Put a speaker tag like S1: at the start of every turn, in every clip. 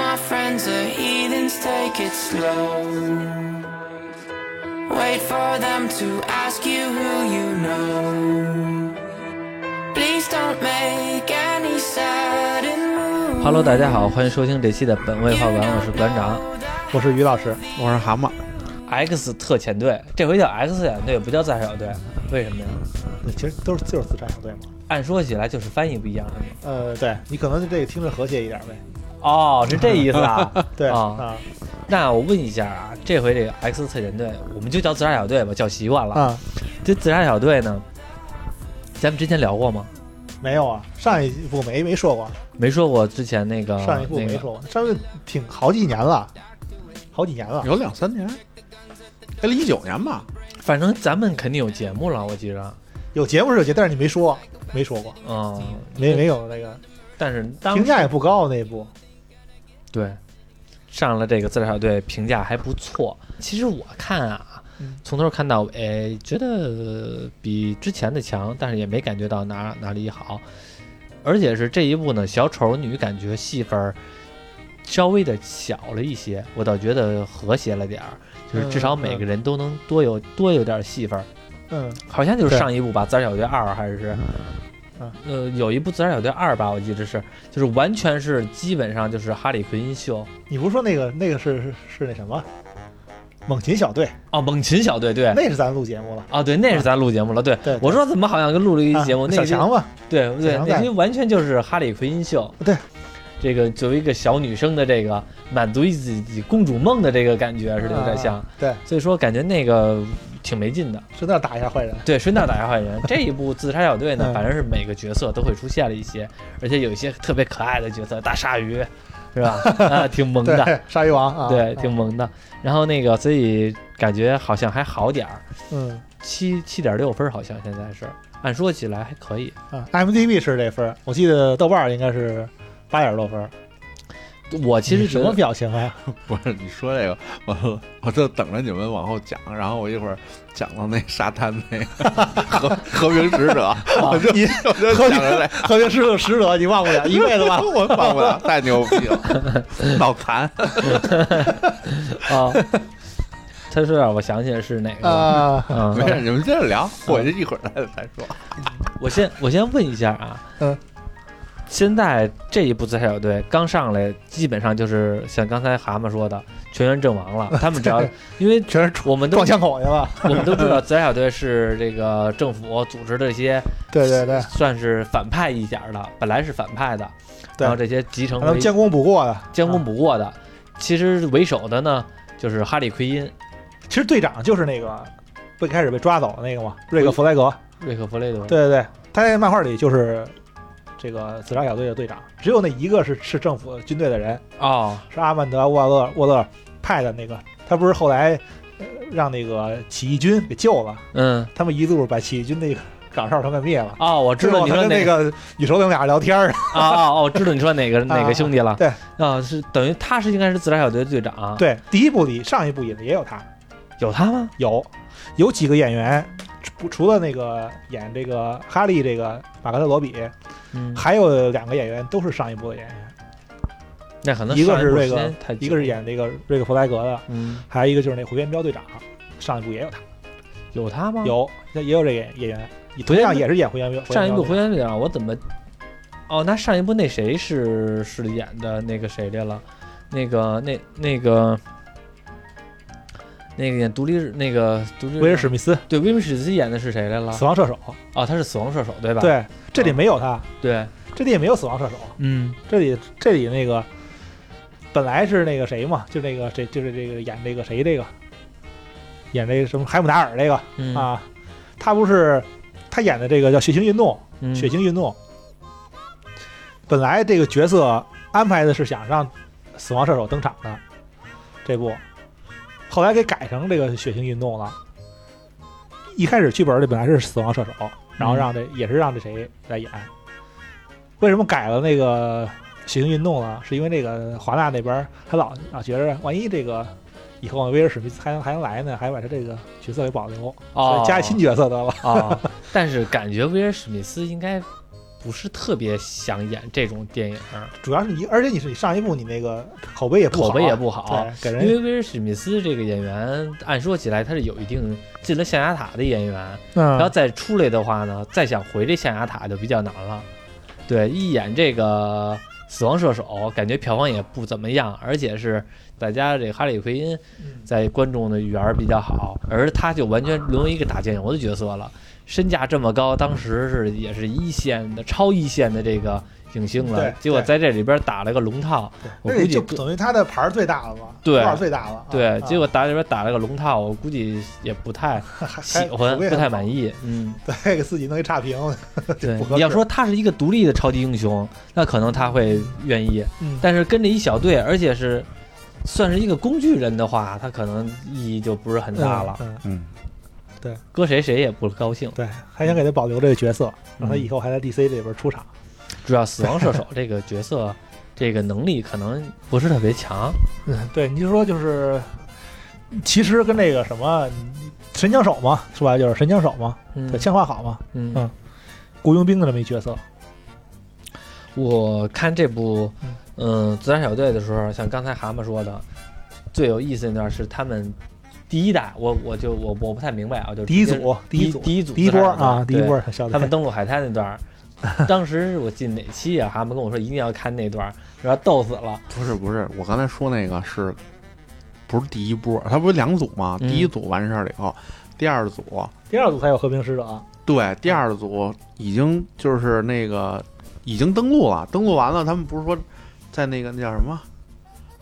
S1: hands are heathens, take it slow. Wait for them to ask you who you know. Please don't make any sudden move.
S2: Hello，大家好，欢迎收听这期的本位画馆，我是馆长
S3: 我是于老师，我是蛤蟆，
S2: X 特遣队，这回叫 X 特遣队，不叫自杀小队，为什么呀？
S3: 那其实都是就是自杀小队嘛。
S2: 按说起来就是翻译不一样，是吗？
S3: 呃，对你可能这个听着和谐一点呗。。
S2: 哦，是这意思啊
S3: 对
S2: 啊，
S3: 啊
S2: 那我问一下啊，这回这个 X 特遣队，我们就叫自杀小队吧，叫习惯了。
S3: 啊，
S2: 这自杀小队呢，咱们之前聊过吗？
S3: 没有啊，上一部没没说过，
S2: 没说过之前那个
S3: 上一部
S2: 啊那
S3: 没
S2: 个
S3: 说过，上一部挺好几年了，好几年了。
S4: 有两三年，哎，一九年吧，
S2: 反正咱们肯定有节目了，我记着，
S3: 有节目是有节，但是你没说，没说过，
S2: 嗯，
S3: 没没有那个
S2: 但是当
S3: 评价也不高那一部。
S2: 对，上了这个自杀小队评价还不错。其实我看啊
S3: 嗯，
S2: 从头看到尾，觉得比之前的强，但是也没感觉到哪哪里好。而且是这一部呢，小丑女感觉戏份儿稍微的小了一些，我倒觉得和谐了点儿，就是至少
S3: 嗯嗯
S2: 每个人都能多有多有点戏份儿。
S3: 嗯，
S2: 嗯好像就是
S3: 对
S2: 上一部吧，《自杀小队二》还是，
S3: 嗯
S2: 呃，有一部《自杀小队二》吧，我记得是，就是完全是基本上就是哈利奎因秀，
S3: 你不是说那个那个是是是那什么，猛禽小队，
S2: 哦，猛禽小队对，
S3: 那是咱录节目了。
S2: 哦对，那是咱录节目了，对，
S3: 对对
S2: 我说怎么好像跟录了一期节目，
S3: 啊
S2: 那
S3: 小
S2: 期
S3: 强嘛，
S2: 对对，
S3: 小强
S2: 那
S3: 在
S2: 期完全就是哈利奎因秀，
S3: 对，
S2: 这个作为一个小女生的这个满足于自己公主梦的这个感觉似的，有点像，
S3: 啊对，
S2: 所以说感觉那个挺没劲的，
S3: 顺道打一下坏人。
S2: 对，顺道打下坏 人。 这一部自杀小队呢，
S3: 嗯
S2: 反正是每个角色都会出现了一些，而且有一些特别可爱的角色，大鲨鱼，是 吧？啊，挺萌的，
S3: 对，鲨鱼王啊，
S2: 对，
S3: 啊
S2: 挺萌的。然后那个，所以感觉好像还好点儿，
S3: 嗯
S2: 七七点六分，好像现在是，按说起来还可以。
S3: 啊，MDB 是这分儿，我记得豆瓣儿应该是八点多分儿。
S2: 我其实
S3: 你
S2: 觉
S3: 什么
S2: 得，
S3: 表情啊？
S4: 不是你说这个，我我就等着你们往后讲，然后我一会儿讲到那沙滩那 个和和平使者，我就我就
S3: 和平
S4: 想着来，
S3: 和平使者使者，啊你忘不了，一辈子忘 不了。
S4: 我忘不了，太牛逼了， 脑残，
S2: 啊， 他是让我想起来是哪个了？
S3: 啊，
S2: 嗯，
S4: 没事，你们接着聊，我就一会儿再再说。
S2: 我先我先问一下啊，
S3: 嗯，
S2: 现在这一部自杀小队刚上来，基本上就是像刚才蛤蟆说的，全员阵亡了。他们只 要因为
S3: 全是
S2: 我们都
S3: 撞枪口去了。
S2: 我们都知道自杀小队是这个政府组织的一些
S3: 对对 对，
S2: 算是反派一点儿的，本来是反派的，
S3: 对
S2: 然后这些集成
S3: 咱们
S2: 为
S3: 将功补过的。
S2: 将功补过的，其实为首的呢就是哈利奎因、
S3: 其实队长就是那个最开始被抓走的那个嘛，瑞克弗莱格。
S2: 瑞克弗雷德。
S3: 对对对，他在漫画里就是这个自杀小队的队长，只有那一个是是政府军队的人，
S2: 哦，
S3: 是阿曼德沃勒沃勒派的那个。他不是后来呃让那个起义军给救了，
S2: 嗯，
S3: 他们一路把起义军那个岗哨全给灭了。
S2: 哦，我知道你
S3: 他
S2: 说
S3: 跟
S2: 哪
S3: 那
S2: 个
S3: 个女首领俩聊天儿，
S2: 啊啊哦，我知道你说哪 个哪个兄弟了。
S3: 对
S2: 啊，是等于他是应该是自杀小队队长。，
S3: 对，第一部里上一部也也有他，
S2: 有他吗？
S3: 有有几个演员，除除了那个演这个哈利这个马格特罗比，
S2: 嗯，
S3: 还有两个演员都是上一部的演员，
S2: 那可能
S3: 一个
S2: 上
S3: 是
S2: 部
S3: 这
S2: 时
S3: 个
S2: 间太久
S3: 一个是演这个瑞克弗莱格的，
S2: 嗯，
S3: 还有一个就是那胡元彪队长，上一部也有他，
S2: 有他吗？
S3: 有也有这个演演员，同样也是演胡元彪。
S2: 上一部
S3: 胡
S2: 回
S3: 元
S2: 旋
S3: 彪
S2: 队啊长，我怎么？哦，那上一部那谁是是演的那个谁来了？那个那那个那个演独立日那个独立
S3: 威尔史密斯，
S2: 对威尔史密斯演的是谁来了？
S3: 死亡射手，
S2: 哦，他啊是死亡射手对吧？啊
S3: 对，这里没有他，
S2: 对，
S3: 这里也没有死亡射手，
S2: 嗯
S3: 这里这里那个本来是那个谁嘛，就那个谁，就是这个演这个谁这个演这个什么海姆达尔这个、
S2: 嗯
S3: 啊，他不是他演的这个叫血腥运动，
S2: 嗯
S3: 血腥运动。本来这个角色安排的是想让死亡射手登场的这部，后来给改成这个血腥运动了。一开始剧本里本来是死亡射手，然后让这、也是让这谁来演。为什么改了那个血腥运动呢？是因为这个华纳那边儿他老老觉着，万一这个以后威尔史密斯还能还能来呢，还把他这个角色给保留，所
S2: 哦
S3: 以加一新角色得了。
S2: 啊、但是感觉威尔史密斯应该不不是特别想演这种电影儿，
S3: 主要是你，而且你是你上一部你那个口碑也不好，啊
S2: 口碑也不好。啊
S3: 对，给
S2: 因为
S3: 人
S2: 威尔史密斯这个演员，按说起来他是有一定进了象牙塔的演员，然后
S3: 嗯
S2: 再出来的话呢，再想回这象牙塔就比较难了。对，一演这个《死亡射手》，感觉票房也不怎么样，而且是大家这哈里奎因
S3: 嗯
S2: 在观众的缘儿比较好，而他就完全沦为一个打酱油的角色了。身价这么高，当时是也是一线的、超一线的这个影星了
S3: 对，
S2: 结果
S3: 对
S2: 在这里边打了个龙套，我
S3: 那
S2: 估
S3: 你
S2: 计
S3: 就
S2: 个
S3: 等于他的牌儿最大了嘛，
S2: 对
S3: 腕儿最大了啊，
S2: 对，
S3: 啊
S2: 结果打这边打了个龙套，我估计也不太喜欢，不太满，意，嗯。
S3: 还还口碑很好 对，给自己弄一差评，
S2: 对
S3: 不，合
S2: 你要
S3: 适
S2: 说他是一个独立的超级英雄，那可能他会愿意。
S3: 嗯，
S2: 但是跟着一小队，而且是算是一个工具人的话，他可能意义就不是很大了。
S3: 嗯，嗯
S4: 嗯，
S2: 搁谁谁也不高兴。
S3: 对，还想给他保留这个角色，让他
S2: 嗯
S3: 以后还在 DC 里边出场，
S2: 主要死亡射手这个角 色，这个能力可能不是特别强。
S3: 嗯，对，你就说就是，其实跟那个什么神枪手嘛，说白了就是神枪手嘛，
S2: 嗯
S3: 对，枪法好嘛，
S2: 嗯
S3: 嗯，雇佣兵的这么一角色，
S2: 我看这部
S3: 嗯
S2: 嗯、自杀小队的时候，像刚才蛤蟆说的，最有意思那段是他们第一代，我我就我我不太明白啊，就
S3: 第一
S2: 直接
S3: 组，第
S2: 一
S3: 组，
S2: 第
S3: 第
S2: 一组
S3: 波
S2: 自杀小队
S3: 啊，第一
S2: 对
S3: 波小
S2: 他们
S3: 队，
S2: 登陆海滩那段 儿，当时我记哪期啊？蛤蟆跟我说一定要看那段儿，然后逗死了。
S4: 不是不是，我刚才说那个是，不是第一波？它不是两组吗？
S2: 嗯
S4: 第一组完事儿了以后，第二组
S3: 第二组才有和平使者，啊
S4: 对，第二组已经就是那个已经登陆了，登陆完了，他们不是说在那个那叫什么？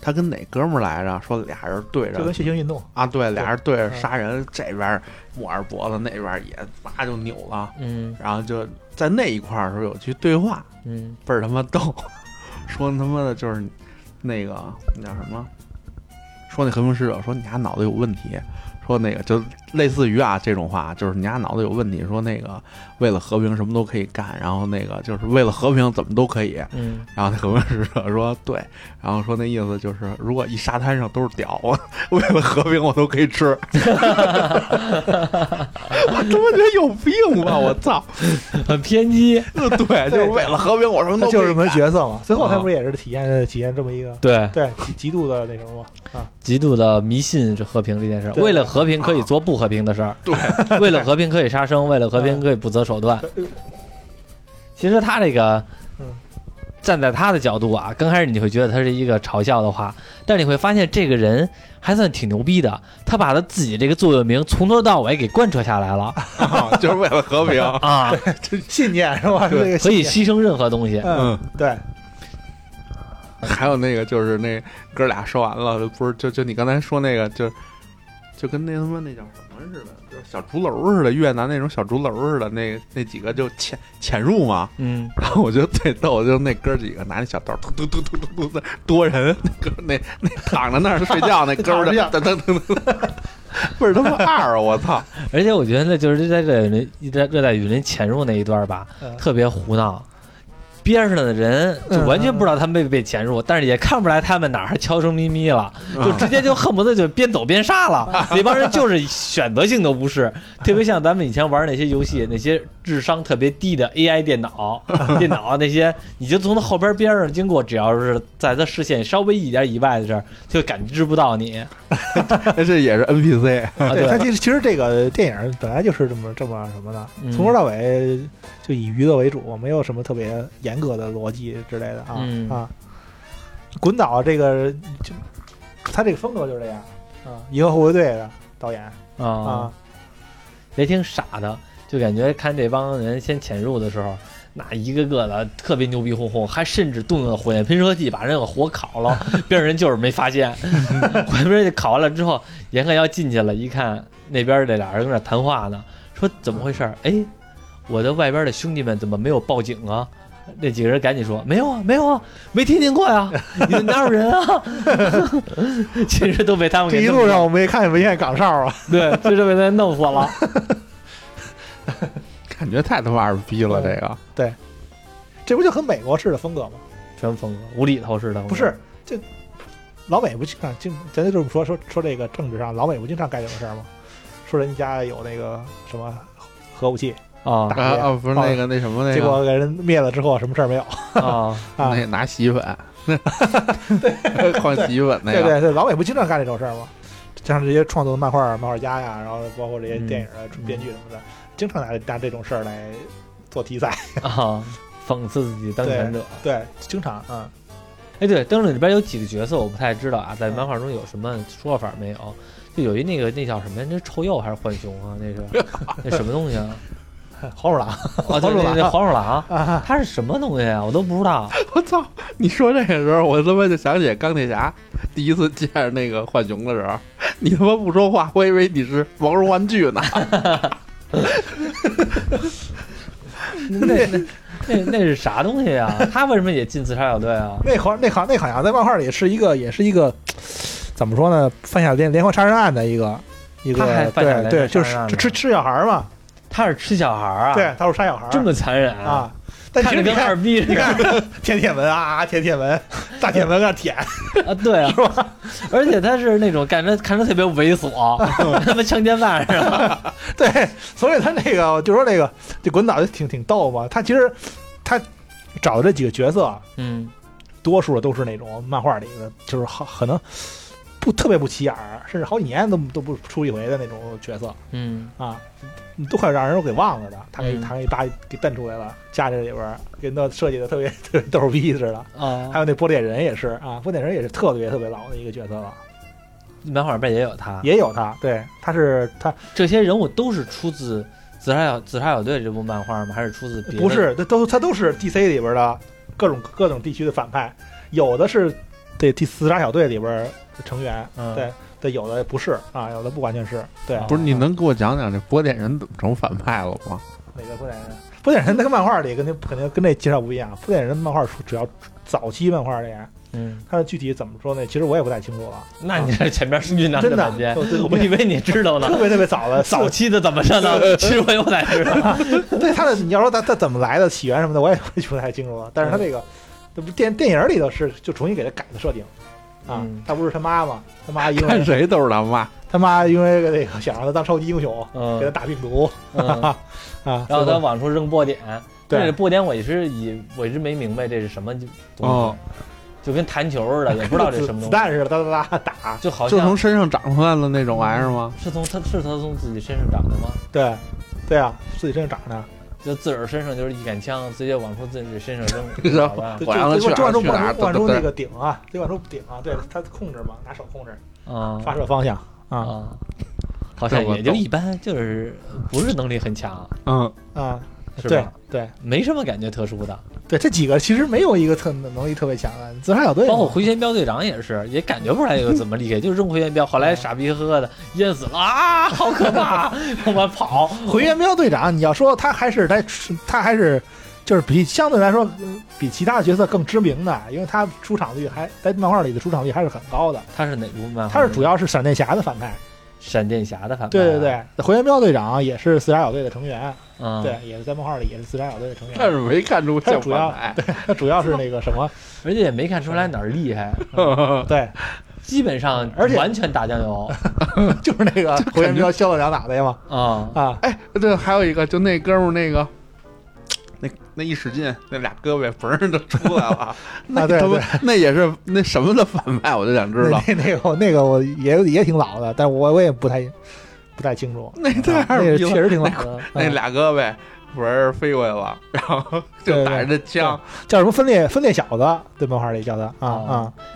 S4: 他跟哪哥们儿来着？说俩人对
S3: 就
S4: 着
S3: 跟血腥运动，
S4: 啊，对，俩人对着
S3: 嗯
S4: 杀人，这边儿抹着脖子，那边儿也叭就扭了，
S2: 嗯
S4: 然后就在那一块儿的时候有句对话，
S2: 嗯
S4: 倍儿他妈逗， 说他妈的就是那个那叫什么，说那和平使者说你家脑子有问题，说那个就类似于啊这种话，就是你家脑子有问题，说那个为了和平什么都可以干，然后那个就是为了和平怎么都可以。
S2: 嗯，
S4: 然后那和平使者 说对，然后说那意思就是如果一沙滩上都是屌， 我为了和平我都可以吃。 我他妈觉得有病吧！我操，
S2: 很 偏激。
S4: 对，就是为了和平，我什么
S3: 他
S4: 都
S3: 就是这
S4: 可以
S3: 么
S4: 干
S3: 角色嘛，最后他
S4: 啊
S3: 不是也是体验 体验这么一个。
S2: 对，
S3: 对，极极度的那什么嘛，啊，
S2: 极度的迷信这和平这件事儿。
S3: 对
S2: 为了和平可以做不和平的事儿，
S4: 对，
S2: 为了和平可以杀 生，为了和平可以不择手段。其实他这个
S3: 嗯，
S2: 站在他的角度啊，刚开始你会觉得他是一个嘲笑的话，但你会发现这个人还算挺牛逼的，他把他自己这个座右铭从头到尾给贯彻下来了
S4: 啊，就是为了和平。
S2: 啊，
S3: 这 信念是吧？这个
S2: 可以
S3: 信
S2: 牺牲任何东西
S3: 念，。嗯，对，
S4: 还有那个就是那哥俩说完了，不是就就你刚才说那个，就就跟那他妈那叫什么似的，就是小竹楼似的，越南那种小竹楼似的，那那几个就潜潜入嘛。
S2: 嗯，
S4: 然后我觉得最逗，就那哥几个拿那小刀突突突突突突的多人，那哥那那躺在那儿睡觉，那哥们儿就噔噔噔噔，不是他妈二，啊我操！
S2: 而且我觉得就是在热带雨林、在热带雨林潜入那一段吧，
S3: 嗯
S2: 特别胡闹。边上的人就完全不知道他们被被潜入，
S3: 嗯
S2: 但是也看不出来他们哪儿悄声咪咪了，就直接就恨不得就边走边杀 了。那帮人就是选择性的无视，特别像咱们以前玩那些游戏，那些智商特别低的 AI 电脑、 电脑那些，你就从他后边边上经过，只要是在他视线稍微一点以外的事儿，就感知不到你。
S4: 这也是 NPC，
S2: 啊，
S3: 对，
S2: 对，
S3: 他其实其实这个电影本来就是这么这么什么的，
S2: 嗯
S3: 从头到尾就以娱乐为主，没有什么特别严格的逻辑之类的啊、
S2: 嗯
S3: 啊。滚岛这个就他这个风格就是这样啊，《银河护卫队》的导演
S2: 啊
S3: 啊，，
S2: 也挺傻的，就感觉看这帮人先潜入的时候，那一个个的特别牛逼哄哄，还甚至动用火焰喷射器把人给火烤了， 边上人就是没发 现。火焰喷射器烤完了之后，严看要进去了，一看那边这俩人跟那谈话呢，说怎么回事儿？哎，我的外边的兄弟们怎么没有报警啊？那几个人赶紧说：“没有啊，没有啊，没听见过呀、你们哪有人啊？” 其实都被他们
S3: 这
S2: 给
S3: 一
S2: 弄
S3: 路
S2: 了
S3: 上我没看见没看见岗哨啊，
S2: 对，就是被他弄死了。
S4: 感觉太他妈二逼了，这个
S3: 这不就很美国式的风格吗？
S2: 全疯了，无厘头似的。
S3: 不是，这老美不经常经，咱就这么说说说这个政治上，老美不经常干这种事儿吗？说人家有那个什么核武器，
S2: 啊
S3: 大
S4: 啊啊，不是那个那什么那
S3: 结
S4: 个，
S3: 果给人灭了之后，什么事儿没有
S2: 啊，
S3: 啊？
S4: 那拿洗衣粉， 换洗衣粉那
S3: 对
S4: 个，
S3: 对对，老美不经常干这种事儿吗？像这些创作的漫画儿、漫画家呀，然后包括这些
S2: 嗯
S3: 电影儿啊、编剧什么的，经常拿拿这种事儿来做题材。
S2: 啊，讽刺自己当权者。
S3: 对，经常啊，
S2: 哎，对，灯笼里边有几个角色我不太知道啊，在
S3: 嗯
S2: 漫画中有什么说法没有？就有一那个那叫什么呀？那是臭鼬还是浣熊啊？那 是那什么东西啊？
S3: 嗯 黄鼠狼
S2: 哦，对，
S3: 黄鼠
S2: 那
S3: 狼
S2: 那黄鼠狼，
S3: 啊，
S2: 它是什么东西啊？我都不知道。
S4: 我操！你说这个时候，我他妈就想起钢铁侠第一次见着那个浣熊的时候，你他妈不说话，我以为你是毛绒玩具呢。
S2: 那那那那是啥东西啊？它为什么也进自杀小队啊？
S3: 那好那好那好像在漫画里是一个，也是一个怎么说呢？犯下连连环杀人案的一个一
S2: 他还
S3: 个，
S2: 犯下连
S3: 对
S2: 环
S3: 对，就
S2: 杀
S3: 是
S2: 人案
S3: 就吃吃小孩儿嘛，
S2: 它是吃小孩儿啊？
S3: 对，，他是杀小孩儿
S2: 这么残忍？
S3: 啊。但其
S2: 看
S3: 实
S2: 着
S3: 你
S2: 跟二
S3: 看，
S2: 逼似
S3: 你
S2: 的
S3: 看，舔舔文啊，舔舔文，大舔文啊，舔，
S2: 啊，对啊， 而且他是那种感觉看着特别猥琐，他妈强奸犯似的。
S3: 对，所以他那个就说那个这滚导就挺挺逗嘛。他其实他找的这几个角色， 啊
S2: 嗯
S3: 多数都是那种漫画里的，就是好可能不特别不起眼儿，甚至好几年都都不出一回的那种角色
S2: 嗯，
S3: 啊，你都快让人给忘了的。他给
S2: 嗯
S3: 他给叭给瞪出来了，加这里边儿给那设计的特别特别逗逼似的。还
S2: 哦，
S3: 有那波点人也是啊，波点人也是特别特别老的一个角色了，
S2: 漫画里边也有他，
S3: 也有他，对，他是他
S2: 这些人物都是出自《自杀小自杀小队》这部漫画吗？还是出自别的？
S3: 不，是，这都他都是 DC 里边的各种各种地区的反派，有的是对第四杀小队里边的成员，
S2: 嗯
S3: 对对，有的不是啊，有的不完全是对。
S2: 哦
S4: 不是，你
S3: 啊
S4: 能给我讲讲这波点人怎么成反派了吗？
S3: 哪个不点人？不点人那个漫画里跟那肯定跟那介绍不一样，不点人漫画书只要早期漫画里，
S2: 嗯，
S3: 它的具体怎么说呢？其实我也不太清楚了，
S2: 那你这前面是云南
S3: 真的
S2: 半边，
S3: 对
S2: 我以为你知道 呢。
S3: 特别特 别早的
S2: 早期的怎么着呢？其实我也不太知道。
S3: 对他的，你要说他他怎么来的起源什么的，我也我也不太清 楚了。啊但是他这个，这不电电影里头是就重新给他改的设定啊，
S2: 嗯
S3: 他不是他妈吗？他妈因
S4: 看
S3: 为
S4: 谁都是他妈。
S3: 他妈因为那个想让他当超级英雄，给他
S2: 嗯，
S3: 打病毒
S2: 嗯
S3: 啊，
S2: 然后
S3: 最
S2: 他
S3: 后
S2: 往出扔波点，
S3: 对
S2: 这个波点我一直以我一直没明白这是什么东西，
S4: 哦，
S2: 就跟弹球似 的，也不知道这是什么
S3: 子
S2: 东
S3: 子
S2: 西，
S3: 弹似的哒哒哒打，
S2: 就好
S4: 就
S2: 像
S4: 从身上长出来了那种玩意儿吗？
S2: 是从他是他从自己身上长的吗？
S3: 对对啊，自己身上长的。
S2: 就自个儿身上就是一杆枪，直接往出自己身上
S4: 是
S2: 扔，
S4: 吧
S2: 好吧？
S3: 就
S4: 我让他
S3: 就
S4: 去哪
S3: 灌出灌
S4: 儿去哪儿
S3: 出灌出
S4: 对对
S3: 那个顶啊，就灌出顶啊，对他控制嘛，拿手控制
S2: 啊
S3: 发射方向啊
S2: 啊，好像
S4: 这我
S2: 也就
S4: 懂
S2: 一般，就是不是能力很强，
S4: 嗯，
S3: 啊，
S2: 是
S3: 对
S2: 吧？
S3: 对
S2: 没什么感觉特殊的，
S3: 对，这几个其实没有一个特能力特别强的，自杀小队嘛
S2: 包括回旋镖队长也是，也感觉不出来有怎么厉 害，就是扔回旋镖，后
S3: 嗯
S2: 来傻逼呵呵的淹死了啊，好可 怕！我们跑，
S3: 回旋镖队长，你要说他还是他他还是就是比相对来说嗯比其他的角色更知名的，因为他出场率还在漫画里的出场率还是很高的。
S2: 他是哪部漫画？
S3: 他是主要是闪电侠的反派，
S2: 闪电侠的反派，啊
S3: 对对，对，回旋镖队长也是自杀小队的成员，
S2: 嗯，
S3: 对，，也是在漫画里也是自杀小队的成
S4: 但
S3: 员。
S4: 是没看出像
S3: 他主要
S4: 反派。
S3: 他主要是那个什么，
S2: 而且也没看出来哪儿厉害，
S3: 对，
S2: 基本上
S3: 而且
S2: 完全打酱 油
S3: 就是那个回旋镖削了两脑袋嘛，
S2: 啊，
S3: 啊，
S4: 哎，对，还有一个，就那哥们儿那个，那那一使劲，那俩胳膊嘣儿就出来 了。那
S3: 啊对
S4: 他妈那也是那什么的反派，我就想 知道。
S3: 那那个那个我也也挺老的，但我我也不太不太清楚，
S4: 那太
S3: 那
S4: 二
S3: 个
S4: 逼
S3: 确
S4: 了，
S3: 实挺老的。
S4: 那
S3: 嗯
S4: 俩胳膊嘣儿飞过来了，然后就打着枪。
S3: 叫什么分裂分裂小子，对漫画里叫他啊
S2: 哦
S3: 啊，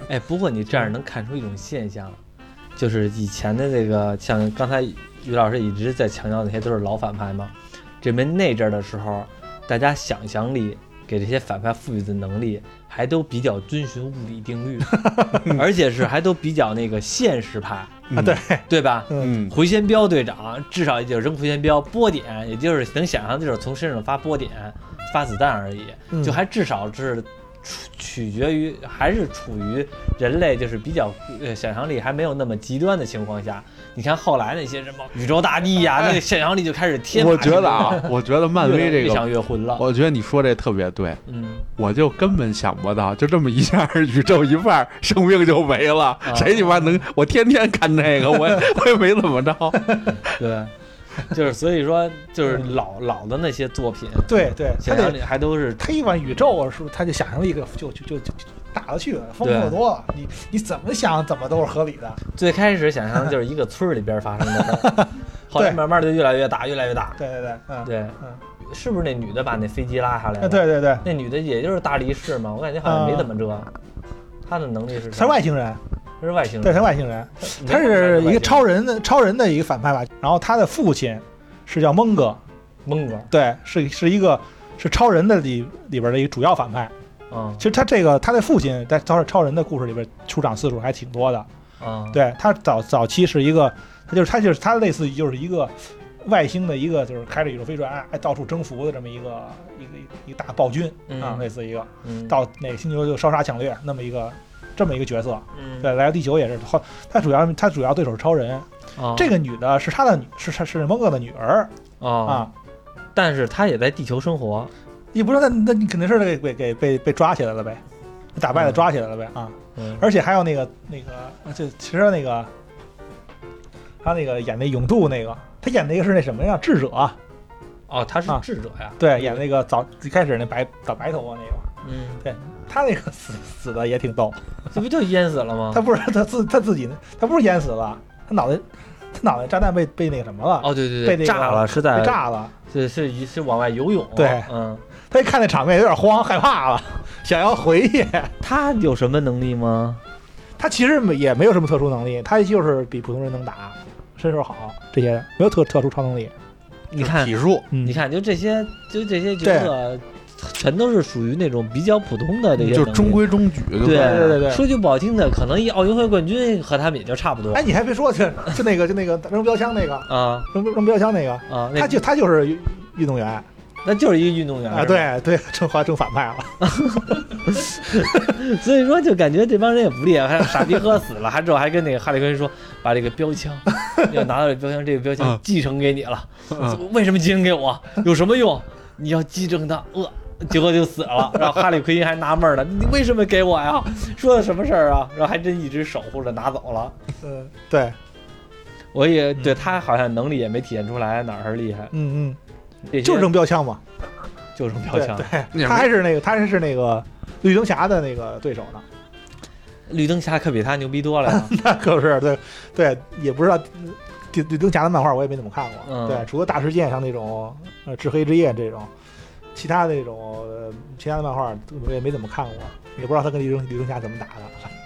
S2: 哎，不过你这样能看出一种现象，就是以前的这个，像刚才于老师一直在强调那些都是老反派嘛。这边内阵儿的时候，大家想象力给这些反派赋予的能力，还都比较遵循物理定律，而且是还都比较那个现实派，
S3: 啊对，
S2: 对吧？
S3: 嗯
S4: 嗯，
S2: 回旋镖队长至少也就是扔回旋镖，波点也就是能想象就是从身上发波点、发子弹而已。
S3: 嗯
S2: 就还至少是处取决于还是处于人类就是比较呃想象力还没有那么极端的情况下，你看后来那些什么宇宙大帝呀、
S4: 哎
S2: 那个想象力就开始天马
S4: 我
S2: 行
S4: 觉
S2: 空
S4: 得啊， 我觉得漫
S2: 越
S4: 威
S2: 来
S4: 这
S2: 越
S4: 个，
S2: 想越混了，
S4: 我觉得你说这特别对，
S2: 嗯，
S4: 我就根本想不到，就这么一下，宇宙一半儿生命就没
S3: 啊
S4: 了，谁你妈能？我天天看这个，我也我也没怎么着。
S2: 对。就是所以说就是老老的那些作品，
S3: 对对，他
S2: 想象
S3: 得
S2: 力还都是
S3: 推翻宇宙啊，是不是？他就想象力个就就就就就大了去了，丰富得多了。你你怎么想怎么都是合理的。
S2: 最开始想象的就是一个村儿里边发生的事 儿，后来
S3: 对
S2: 慢慢的越来越大，越来越大。
S3: 对对对，嗯，
S2: 对，是不是那女的把那飞机拉下来
S3: 啊
S2: 了？
S3: 对，对对，
S2: 那女的也就是大力士嘛，我感觉好像没怎么折。她的能力是
S3: 他是啊外星人，
S2: 她是外星
S3: 对，
S2: 人，
S3: 他是外星人，
S2: 没
S3: 他
S2: 看出来
S3: 是一
S2: 外
S3: 个
S2: 星
S3: 超人的超人的一个反派吧。然后他的父亲是叫蒙哥，
S2: 蒙哥，
S3: 对，是是一个是超人的里里边的一个主要反派。
S2: 嗯
S3: 其实他这个他的父亲在超超人的故事里边出场次数还挺多的。
S2: 嗯，
S3: 对他早早期是一个，他就是他就是他类似于就是一个外星的一个就是开着宇宙飞船哎到处征服的这么一个一个一个大暴君
S2: 嗯
S3: 啊，类似一个
S2: 嗯
S3: 到哪个星球就烧杀抢掠那么一个这么一个角色。
S2: 嗯
S3: 对，来到地球也是后，他主要他主要对手是超人，
S2: 哦
S3: 这个女的是他的女是是是蒙哥的女儿
S2: 哦，
S3: 啊。
S2: 但是她也在地球生活，
S3: 你不是那那你肯定是给给给被被抓起来了呗，打败了
S2: 嗯
S3: 抓起来了呗啊。
S2: 嗯
S3: 而且还有那个那个，呃就其实那个他那个演那永渡那个，他演那个是那什么呀？智者，
S2: 哦，她是
S3: 啊
S2: 智者呀，
S3: 对，演那个早一开始那白早白头发那个，
S2: 嗯，
S3: 他那个 死死的也挺逗。
S2: 这不就淹死了吗
S3: 他？不是 他自他自己，他不是淹死了，他脑袋他脑袋炸弹被被那个什么了，
S2: 哦，对对
S3: 被
S2: 对，
S3: 那个
S2: 炸了是在
S3: 被，炸了。
S2: 是是是往外游泳，
S3: 对
S2: 嗯，
S3: 他一看那场面有点慌害怕了， 想要回去。
S2: 她有什么能力吗？
S3: 他其实没也没有什么特殊能力，他就是比普通人能打，身手好这些的，没有特特殊超能力。
S2: 你看
S4: 体术，
S3: 嗯，
S2: 你看，就这些，就这些角色，全都是属于那种比较普通的这些
S4: 嗯就
S2: 能力，
S4: 是中规中矩，就
S2: 对
S4: 算是
S3: 对对对
S2: 说句不好听的，可能一奥运会冠军和他们也就差不多
S3: 哎，你还别说， 就就那个就那个扔标枪那个，
S2: 啊
S3: 扔扔标枪那个，
S2: 啊，那啊
S3: 他就他就是运运动员
S2: 那就是一个运动员
S3: 啊，，对对，正华正反派了，
S2: 是吧所以说就感觉这帮人也不厉害，还傻逼喝死了，还之后还跟那个哈利奎恩说，把这个标枪要拿到这标枪，这个标枪
S3: 啊
S4: 嗯
S2: 继承给你了，
S4: 嗯
S2: 为什么继承给我？有什么用？你要继承它，呃。结果就死了，然后哈利奎因还纳闷呢，你为什么给我呀？说的什么事儿啊？然后还真一直守护着拿走了。
S3: 嗯，对，
S2: 我也对
S3: 嗯
S2: 他好像能力也没体现出来哪儿是厉害，
S3: 嗯
S2: 这
S3: 嗯，
S2: 些
S3: 就是扔标枪嘛，
S2: 就扔标
S3: 对
S2: 枪。
S4: 你
S3: 对，
S4: 也
S3: 他
S4: 没
S3: 还是那个他还是那个绿灯侠的那个对手呢，
S2: 绿灯侠可比他牛逼多了呀，
S3: 那可不是，对对，也不知道。绿绿灯侠的漫画我也没怎么看过，
S2: 嗯
S3: 对，除了大事件上那种呃至黑之夜这种，其他那种、呃、其他的漫画我也没怎么看过，也不知道他跟绿灯绿灯侠怎么打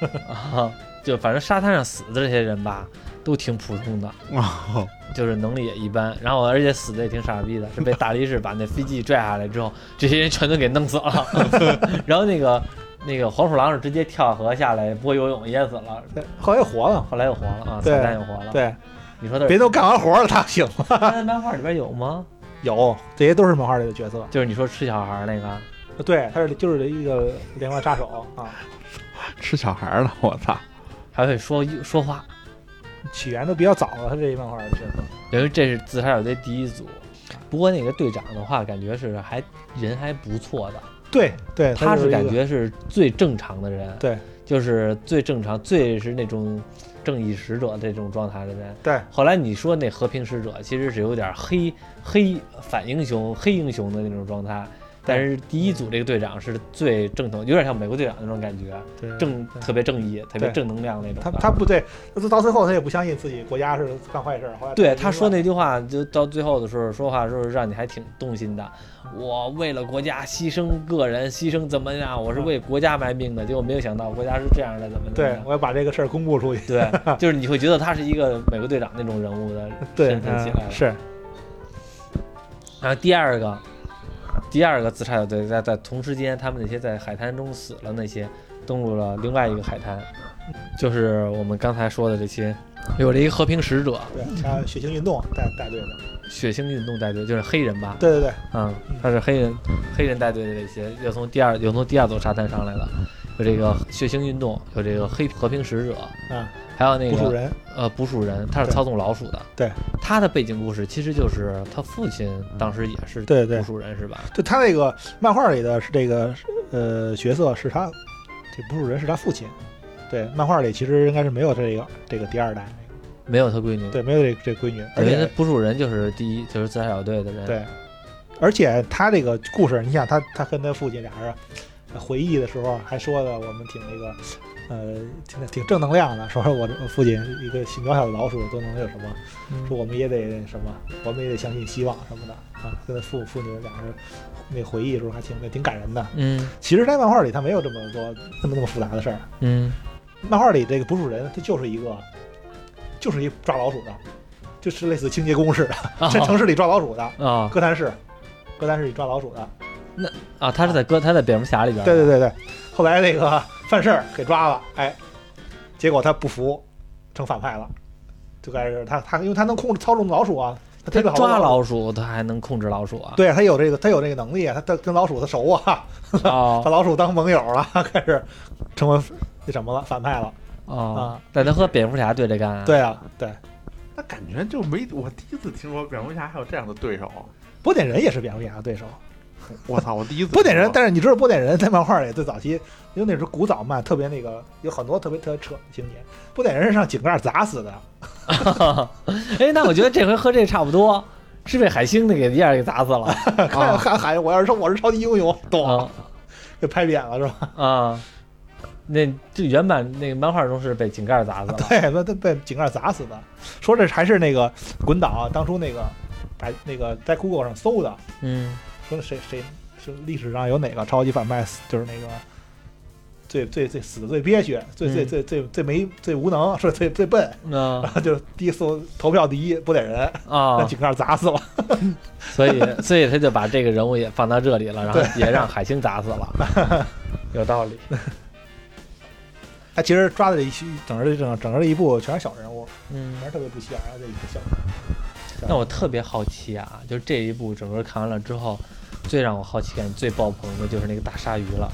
S3: 的。
S2: 啊，就反正沙滩上死的这些人吧，都挺普通的，
S4: 啊，
S2: 就是能力也一般，然后而且死的也挺傻逼的，是被大力士把那飞机拽下来之后，这些人全都给弄死了， 然后那个那个黄鼠狼是直接跳河下来，不会游泳淹死了，
S3: 对 后来又活了，
S2: 后来又活了啊，
S3: 对
S2: 彩蛋又活了。，
S3: 对，
S2: 你说的
S3: 别都干完活了，他醒了。
S2: 漫漫画里边有吗？
S3: 有，这些都是漫画里的角色。
S2: 就是你说吃小孩儿那个，
S3: 对，他是就是一个连环杀手啊，
S4: 吃小孩儿了，我操！
S2: 还会说说话，
S3: 起源都比较早了，他这一漫画的角色。
S2: 等于这是自杀小队第一组。不过那个队长的话，感觉是还人还不错的，
S3: 对对，
S2: 他
S3: 就是一个
S2: 感觉是最正常的人，
S3: 对，
S2: 就是最正常、最是那种正义使者这种状态的人。
S3: 对
S2: 后来你说那和平使者其实是有点黑黑反英雄、黑英雄的那种状态，但
S3: 嗯
S2: 是第一组这个队长是最正统，有点像美国队长那种感觉，
S3: 对
S2: 正
S3: 对
S2: 特别正义、特别正能量那种的。
S3: 他他不对，他到最后他也不相信自己国家是干坏事儿。后来
S2: 对他说那句话，就到最后的时候说话的时候，让你还挺动心的。我为了国家牺牲个人，牺牲怎么样？我是为国家卖命的，结果没有想到国家是这样的，怎么怎么
S3: 嗯对
S2: 样。
S3: 我要把这个事儿公布出去。
S2: 对， 就是你会觉得他是一个美国队长那种人物的
S3: 对
S2: 身，份起来
S3: 嗯
S2: 了。
S3: 是
S2: 然后第二个，第二个自杀小队在在同时间，他们那些在海滩中死了那些，登陆了另外一个海滩，就是我们刚才说的这些，有了一个和平使者，
S3: 对，然后血腥运动带带队的，
S2: 血腥运动带队，就是黑人吧，
S3: 对对对，
S2: 嗯，他是黑人黑人带队的这些，有从第二有从第二座沙滩上来的，有这个血腥运动，有这个黑和平使者，
S3: 啊，
S2: 还有那
S3: 捕鼠
S2: 个
S3: 人，
S2: 呃捕鼠人，他是
S3: 对
S2: 操纵老鼠的。
S3: 对，
S2: 他的背景故事其实就是他父亲当时也是
S3: 对对
S2: 捕鼠人是吧？
S3: 就他那个漫画里的是这个呃角色是他，这捕鼠人是他父亲。对，漫画里其实应该是没有这个这个第二代，
S2: 没有他闺女，
S3: 对，没有这这闺女，而
S2: 等于他
S3: 且
S2: 部署人就是第一就是自杀小队的人，
S3: 对，而且他这个故事，你想他他跟他父亲俩人回忆的时候，还说的我们挺那个，呃，挺挺正能量的，说我我父亲一个渺小的老鼠都能有什么，
S2: 嗯
S3: 说我们也得什么，我们也得相信希望什么的啊。跟他父父女俩人那回忆的时候还挺挺感人的。
S2: 嗯
S3: 其实，在漫画里他没有这么多那么那么复杂的事儿，
S2: 嗯
S3: 漫画里这个捕鼠人他就是一个，就是一抓老鼠的，就是类似清洁工似的，
S2: 啊
S3: 在城市里抓老鼠的。
S2: 啊
S3: 哥谭市，哥谭市里抓老鼠的。
S2: 啊，他是在哥他在蝙蝠侠里边，
S3: 对对对对，后来那个犯事儿给抓了，哎，结果他不服，成反派了，就开始他他因为他能控制操纵老鼠啊，他
S2: 他
S3: 逮了好多
S2: 抓
S3: 鼠。
S2: 老鼠，他还能控制老鼠啊？
S3: 对他有这个，他有这个能力啊，他他跟老鼠他熟啊， 把
S2: 哦
S3: 老鼠当盟友了，开始成为那什么了，反派了。
S2: 哦
S3: 啊，
S2: 但他和蝙蝠侠对着干啊？
S3: 对啊，对，
S4: 那感觉就没我第一次听说蝙蝠侠还有这样的对手，
S3: 波点人也是蝙蝠侠的对手。
S4: 我操，我第一次
S3: 波点人，
S4: 听说
S3: 但是你知道波点人在漫画里最早期，因为那时候古早漫特别那个，有很多特别特别扯的情节。波点人是让井盖砸死的，
S2: 哎，那我觉得这回和这差不多，是被海星的给一下给砸死 了
S3: 看看喊我要是说我是超级英雄，咚
S2: 啊
S3: 给拍扁了是吧？
S2: 啊！那这原版那个漫画中是被井盖砸死了，
S3: 对，那他被井盖砸死的。说这还是那个滚岛当初那个把那个在 Google 上搜的，
S2: 嗯
S3: 说谁谁是历史上有哪个超级反派死就是那个。最最最死的最憋屈，最最
S2: 嗯
S3: 最最最没最无能，是最最笨，
S2: 啊
S3: 然后就是第一搜投票第一波点人，让
S2: 啊，
S3: 井盖砸死了。
S2: 所以所以他就把这个人物也放到这里了，然后也让海星砸死了， 有道理。
S3: 他其实抓的这一期整个这整整个这一部全是小人物，
S2: 嗯
S3: 全，是特别不起眼儿的这一些小人物。
S2: 那我特别好奇啊，就是这一部整个看完了之后，最让我好奇感最爆棚的就是那个大鲨鱼了。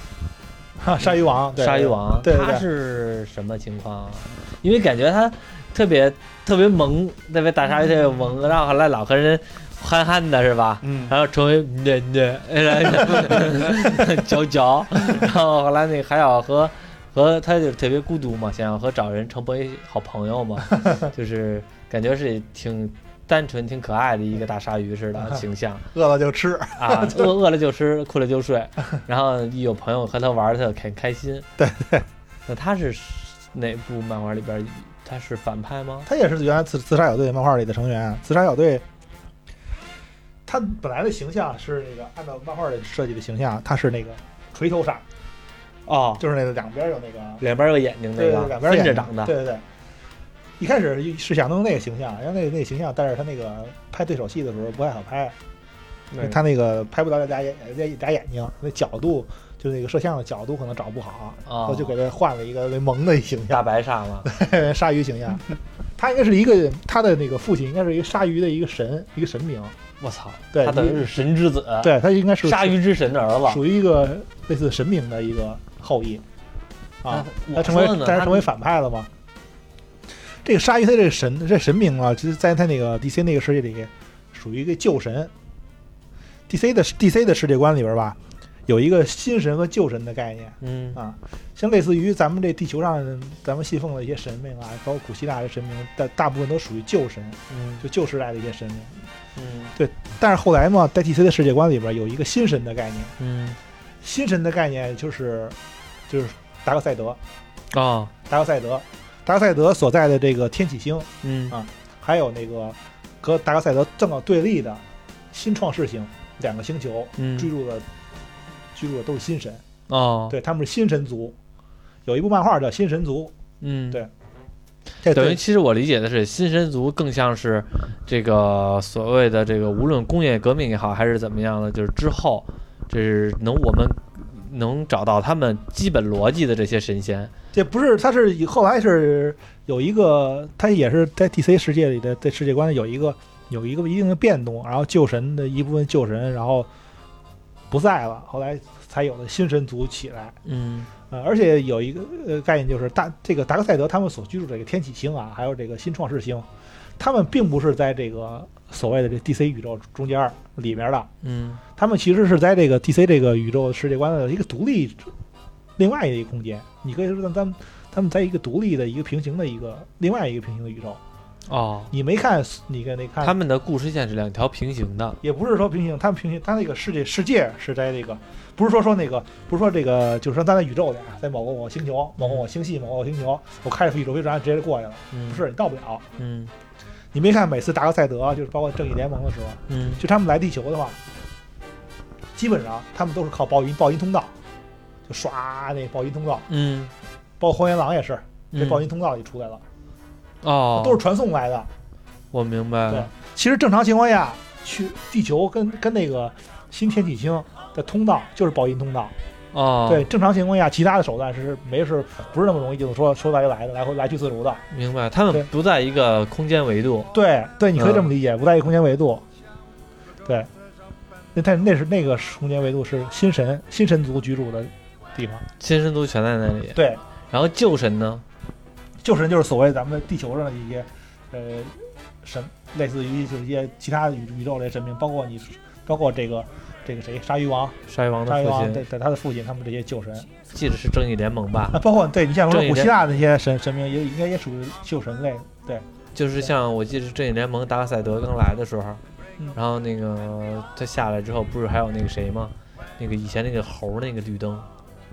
S3: 哈啊鲨鱼王，对
S2: 鲨鱼王，
S3: 对对
S2: 他
S3: 对
S2: 是什么情况啊？因为感觉他特别特别萌，特别大鲨鱼特别萌，然后后来老和人憨憨的是吧？
S4: 嗯，
S2: 然后成为哎那那，然后 嚼嚼，然后后来那个海小和和他就特别孤独嘛，想要和找人成为好朋友嘛，就是感觉是挺单纯、挺可爱的一个大鲨鱼似的形象。
S3: 饿了就吃，
S2: 啊， 饿饿了就吃，困了就睡，然后一有朋友和他玩儿，他就开开心。对对，那他是哪部漫画里边儿他是反派吗？
S3: 他也是原来自自杀小队漫画里的成员。啊自杀小队，他本来的形象是那个按照漫画里设计的形象，他是那个锤头鲨，
S2: 哦，
S3: 就是那个两边儿有那个
S2: 两边儿有眼睛那
S3: 对
S2: 个，
S3: 对两
S2: 分
S3: 边儿
S2: 着
S3: 眼睛
S2: 长的。
S3: 对对对。一开始是想弄那个形象，然后那那个形象，但是他那个拍对手戏的时候不太好拍，因为他那个拍不到俩眼俩俩眼睛，那角度就那个摄像的角度可能找不好，
S2: 啊，
S3: 我就给他换了一个那萌的一形
S2: 大
S3: 象，
S2: 白鲨嘛。
S3: 鲨鱼形象。他应该是一个他的那个父亲应该是一个鲨鱼的一个神，一个神明。
S2: 我操，
S3: 对
S2: 他等于
S3: 你
S2: 是神之子，，
S3: 对他应该是
S2: 鲨鱼之神的儿子。
S3: 属于一个类似神明的一个后裔啊。
S2: 那
S3: 他
S2: 我
S3: 成为
S2: 说呢，
S3: 但是
S2: 他
S3: 成为反派了吗？这个鲨鱼他这个神这神明啊，就是在他那个 DC 那个世界里，属于一个旧神。DC 的 DC 的世界观里边吧，有一个新神和旧神的概念
S2: 嗯
S3: 啊，像类似于咱们这地球上咱们信奉的一些神明啊，包括古希腊的神明，大大部分都属于旧神，
S2: 嗯
S3: 就旧时代的一些神明。
S2: 嗯
S3: 但是后来嘛，在 DC 的世界观里边有一个新神的概念，
S2: 嗯
S3: 新神的概念就是就是达克赛德，
S2: 哦
S3: 达克赛德，达克赛德所在的这个天启星，
S2: 嗯
S3: 还有那个和达克赛德正好对立的新创世星，两个星球居
S2: 嗯
S3: 住的居住的都是新神，
S2: 哦
S3: 对，他们是新神族。有一部漫画叫《新神族
S2: 嗯
S3: 对。》，这
S2: 等于
S3: 哎对
S2: 其实我理解的是，新神族更像是这个所谓的这个，无论工业革命也好，还是怎么样的，就是之后，这是能我们能找到他们基本逻辑的这些神仙。
S3: 这不是，它是后来是有一个，它也是在 DC 世界里的在世界观有一个有一个一定的变动，然后旧神的一部分旧神，然后不在了，后来才有了新神族起来。
S2: 嗯
S3: 呃，而且有一个呃概念就是大这个达克赛德他们所居住的这个天启星啊，还有这个新创世星，他们并不是在这个所谓的这 DC 宇宙中间儿里边儿的，
S2: 嗯
S3: 他们其实是在这个 DC 这个宇宙世界观的一个独立另外一个空间。你可以说咱们他们在一个独立的一个平行的一个另外一个平行的宇宙，
S2: 哦，
S3: 你没看你跟那看
S2: 他们的故事线是两条平行的，
S3: 也不是说平行，他们平行，他那个世界世界是在这个，不是说说那个，不是说这个，就是说咱在宇宙里啊，在某个某星球、某个某星系、某个星球，我开着宇宙飞船直接就过去了，
S2: 嗯
S3: 不是你到不了。
S2: 嗯
S3: 你没看每次达克赛德，就是包括正义联盟的时候，
S2: 嗯
S3: 就他们来地球的话，基本上他们都是靠爆音爆音通道，就刷那爆音通道，
S2: 嗯，
S3: 包括荒原狼也是，这
S2: 嗯
S3: 爆音通道里出来了，
S2: 哦，
S3: 都是传送来的。
S2: 我明白
S3: 对
S2: 了，，
S3: 其实正常情况下，去地球跟跟那个新天体星的通道就是爆音通道。
S2: 哦，
S3: 对，，正常情况下，其他的手段是没是不是那么容易就说说来就来的，来回来去自如的。
S2: 明白，他
S3: 对
S2: 们不在一个空间维度，
S3: 对对，你可以这么理解，不在一个空间维度。
S2: 嗯
S3: 对，那但那是那个空间维度是新神新神族居住的地方。
S2: 新神族全在那里，
S3: 对，
S2: 然后旧神呢？
S3: 旧神就是所谓咱们地球上的一些呃神，类似于就是一些其他宇宇宙类神明，包括你包括这个这个谁鲨鱼王
S2: 鲨鱼王的
S3: 鲨鱼
S2: 父
S3: 王
S2: 亲
S3: 对，对他的父亲他们这些旧神。
S2: 记得是正义联盟吧
S3: 啊，？包括对你像说
S2: 这一
S3: 古希
S2: 类
S3: 腊那些神神明也应该也属于旧神类，对，
S2: 就是像我记得是正义联盟达克赛德刚来的时候
S3: 嗯，
S2: 然后那个他下来之后，不是还有那个谁吗？那个以前那个猴儿那个绿灯，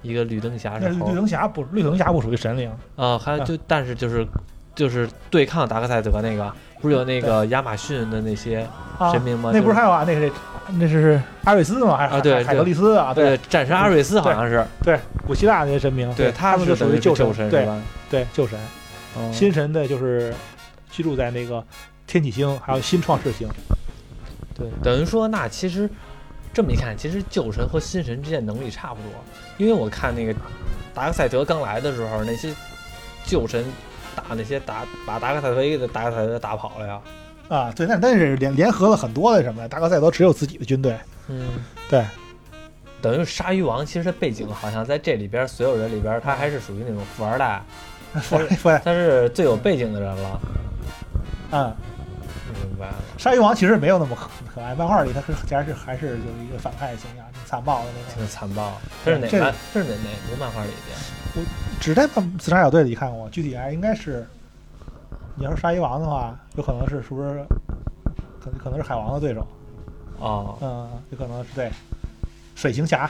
S2: 一个绿灯侠
S3: 那
S2: 是
S3: 哎绿
S2: 猴
S3: 灯侠不，绿灯侠不属于神灵，
S2: 啊，还有就但是就是就是对抗达克赛德那个，不是有那个亚马逊的那些
S3: 啊
S2: 神明吗？
S3: 那不
S2: 就是
S3: 还有啊？那个那是阿瑞斯吗？还是
S2: 啊
S3: 海
S2: 对
S3: 海
S2: 对
S3: 格力斯啊？
S2: 对战神阿瑞斯好像是，
S3: 对，古希腊那些神明，他
S2: 他
S3: 们
S2: 是
S3: 就属于
S2: 旧
S3: 旧神，
S2: 神是
S3: 对
S2: 吧？
S3: 对旧神。
S2: 哦
S3: 新神的就是居住在那个天体星，还有新创世星。
S2: 对，等于说那其实这么一看，其实旧神和新神之间能力差不多，因为我看那个达克赛德刚来的时候，那些旧神打那些打把达克赛德一个达克赛德打跑了呀。
S3: 啊，对，那但是联联合了很多的什么呀？达克赛德只有自己的军 队，
S2: 嗯，
S3: 对。
S2: 等于鲨鱼王其实背景好像在这里边所有人里边，他还是属于那种富二代，
S3: 说 来说来，
S2: 他是最有背景的人了。
S3: 嗯，
S2: 明白了，
S3: 鲨鱼王其实没有那么可可爱，漫画里他是还是还是有一个反派形象，挺残暴的那种。
S2: 挺残暴。这是哪
S3: 这
S2: 漫？这是哪哪部漫画里的？
S3: 只在《自杀小队》里看过，具体还应该是，你要是鲨鱼王的话，有可能是是不是，可可能是海王的对手，
S2: 哦
S3: 嗯，有可能是对，水行侠，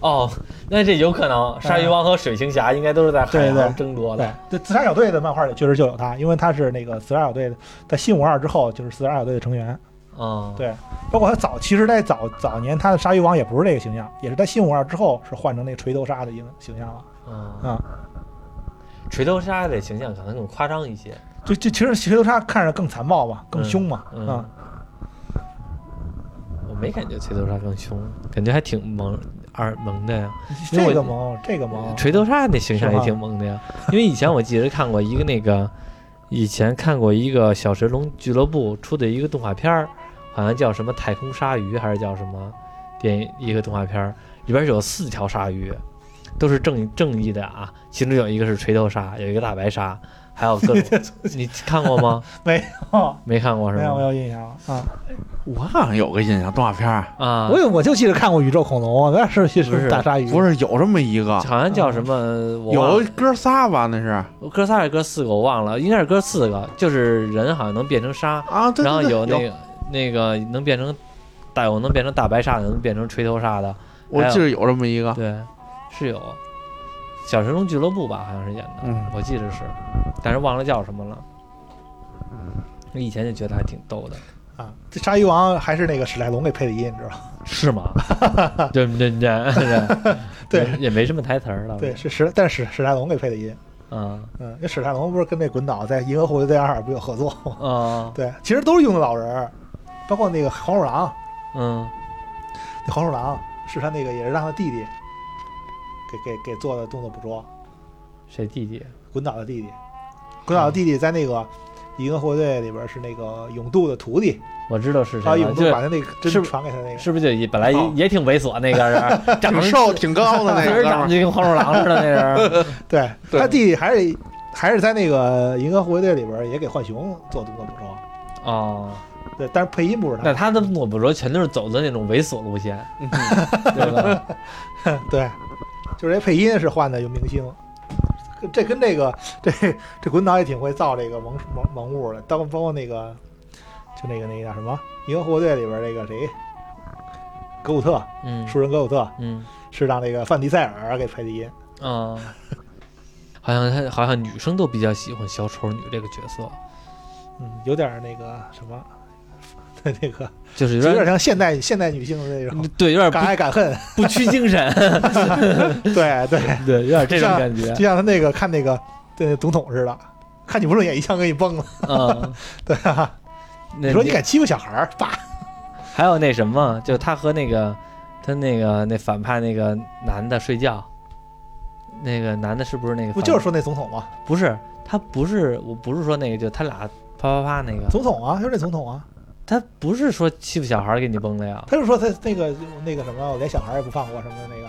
S2: 哦，那这有可能，鲨鱼王和水行侠应该都是在海
S3: 嗯对对
S2: 洋争夺的
S3: 对。，这自杀小队的漫画里确实就有他，因为他是那个自杀小队的，在新五二之后就是自杀小队的成员，
S2: 嗯，
S3: 对，包括他早，其实在早早年他的鲨鱼王也不是这个形象，也是在新五二之后是换成那个锤头鲨的形形象了，
S2: 嗯，
S3: 啊、
S2: 锤头鲨的形象可能更夸张一些，
S3: 就就其实锤头鲨看着更残暴嘛，更凶嘛，
S2: 嗯
S3: 啊
S2: 我没感觉锤头鲨更凶，感觉还挺萌二萌的呀。因为我
S3: 这个萌，这个萌，
S2: 锤头鲨那形象
S3: 是
S2: 也
S3: 吧
S2: 挺萌的呀，因为以前我记得看过一个那个， 以前看过一个小神龙俱乐部出的一个动画片儿，好像叫什么太空鲨鱼还是叫什么电影一个动画片儿，里边有四条鲨鱼，都是正正义的啊，其中有一个是锤头鲨，有一个大白鲨，还有各 种，你看过吗？
S3: 哦
S2: 没看过是
S3: 没有没
S2: 吗？
S3: 有印象啊！
S4: 我好像有个印象，动画片儿
S2: 啊，
S3: 我有我就记得看过《宇宙恐龙》，那是是
S2: 不是
S3: 大鲨鱼，
S4: 不是有这么一个，
S2: 好像叫什么？我忘了
S4: 有哥仨吧？那是
S2: 哥仨还是哥四个，我忘了，应该是哥四个，就是人好像能变成鲨，
S4: 啊，对对对
S2: 然后有那
S4: 有，
S2: 个那个能变成大有能变成大白鲨的，能变成锤头鲨的，
S4: 我记得有这么一个，
S2: 对，是有小神龙俱乐部吧，好像是演的，
S4: 嗯
S2: 我记得是，但是忘了叫什么了。我以前就觉得还挺逗的，
S3: 啊，这鲨鱼王还是那个史泰龙给配的音，你知道吗？
S2: 是吗？对不对？对，
S3: 对
S2: 也没什么台词儿了。
S3: 对，，是史，但是史泰龙给配的音。
S2: 嗯
S3: 嗯，那史泰龙不是跟那滚岛在《银河护卫队二》不有合作吗？
S2: 啊
S3: 对，其实都是用的老人儿，包括那个黄鼠狼，
S2: 嗯，
S3: 那黄鼠狼是他那个也是让他弟弟给给给做的动作捕捉，
S2: 谁弟弟？
S3: 滚岛的弟弟，滚岛的弟弟在那个《银河护卫队》里边是那个勇度的徒弟，
S2: 我知道是
S3: 然后
S2: 谁了，
S3: 勇度
S2: 就
S3: 啊把他那个
S2: 是
S3: 针
S2: 不
S3: 传给他那个。
S2: 是不是就也本来也
S4: 哦
S2: 也挺猥琐那个人，长
S4: 挺
S2: 得
S4: 瘦挺高 的那
S2: 个
S4: 个哥们
S2: 长
S4: 儿
S2: 得就跟黄鼠狼似的那人。
S3: 对
S4: 对
S3: 他弟弟还是还是在那个《银河护卫队》里边儿也给浣熊做动作捕捉，
S2: 哦，
S3: 对，但是配音不是
S2: 那
S3: 他，
S2: 他的诺捕捉全都是走的那种猥琐路线，
S4: 嗯
S2: 对吧？
S3: 对，就是这配音是换的有明星，这跟这个这这滚导也挺会造这个萌萌萌物的，当包括那个就那个那个叫什么《银河护卫队》里边那个谁，格鲁特，
S2: 嗯
S3: 树人格鲁特
S2: 嗯
S3: 是让那个范迪塞尔给配的音，
S2: 啊，好像他好像女生都比较喜欢小丑女这个角色，
S3: 嗯，有点那个什么。 那个
S2: 就是有
S3: 有点
S2: 点
S3: 像现代现代女性的那种
S2: 对，有点
S3: 敢爱敢恨，
S2: 不不屈精神，
S3: 对对，
S2: 对，有点这种感觉
S3: 就，像他那个看那个对总统似的，看你不顺眼一枪给你崩了，
S2: 嗯，
S3: 对啊，
S2: 那
S3: 你说你敢欺负小孩儿，爸，
S2: 还有那什么，就他和那个他那个那反派那个男的睡觉，那个男的是不是那个反？
S3: 不就是说那总统吗？
S2: 不是他不是我不是说那个，就他俩啪啪啪那个，
S3: 总统啊，就是那总统啊，
S2: 他不是说欺负小孩儿给你崩了呀？
S3: 他就说他那个那个什么，我连小孩儿也不放过什么的那个，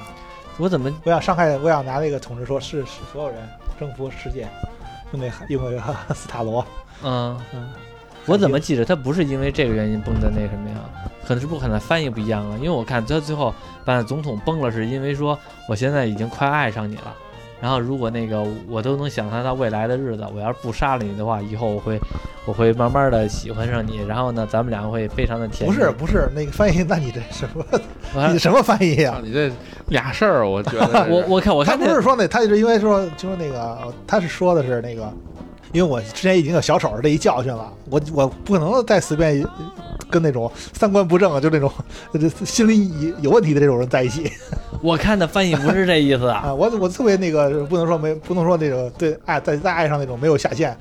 S2: 我怎么
S3: 我想伤害，我想拿那个统治说是是所有人征服世界，用那用那个斯塔罗，
S2: 嗯？
S3: 嗯，
S2: 我怎么记着他不是因为这个原因崩的那什么呀？可能是不可能翻译不一样啊，因为我看他最后把总统崩了，是因为说我现在已经快爱上你了。然后如果那个我都能想象到未来的日子，我要是不杀了你的话，以后我会 我会慢慢的喜欢上你，然后呢，咱们俩会非常的甜
S3: 不
S2: 蜜。
S3: 是不是那个翻译，那你这什么
S2: 我还
S3: 你什么翻译呀、
S4: 操你这俩事儿，我觉 得
S2: 我我看我
S3: 他
S2: 看
S3: 不是说那，他是因为说，就说那个，他是说的是那个，因为我之前已经有小丑这一教训了，我我不可能再随便跟那种三观不正啊，就那种呃心理有问题的这种人在一起
S2: 我看的翻译不是这意思啊，
S3: 啊。我我特别那个，不能说没，不能说那种对爱再再爱上那种没有下限，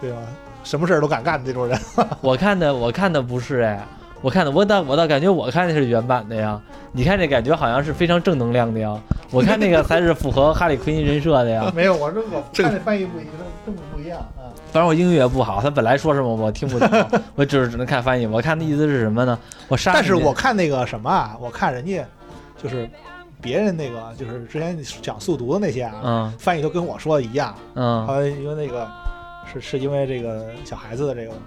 S3: 对吧？什么事儿都敢干的这种人，
S2: 我看的我看的不是哎，我看的我倒我倒感觉我看的是原版的呀，你看这感觉好像是非常正能量的呀，我看那个才是符合哈利奎因人设的 呀。
S3: 啊没有，我这我看这翻译不一样，根本不一样啊。
S2: 反正我英语也不好，他本来说什么我听不 懂，我只是只能看翻译。我看的意思是什么呢？我杀你，
S3: 但是我看那个什么啊，我看人家就是别人那个就是之前讲速读的那些啊，
S2: 嗯
S3: 翻译都跟我说的一样，
S2: 嗯
S3: 好像因为那个是是因为这个小孩子的这个问题，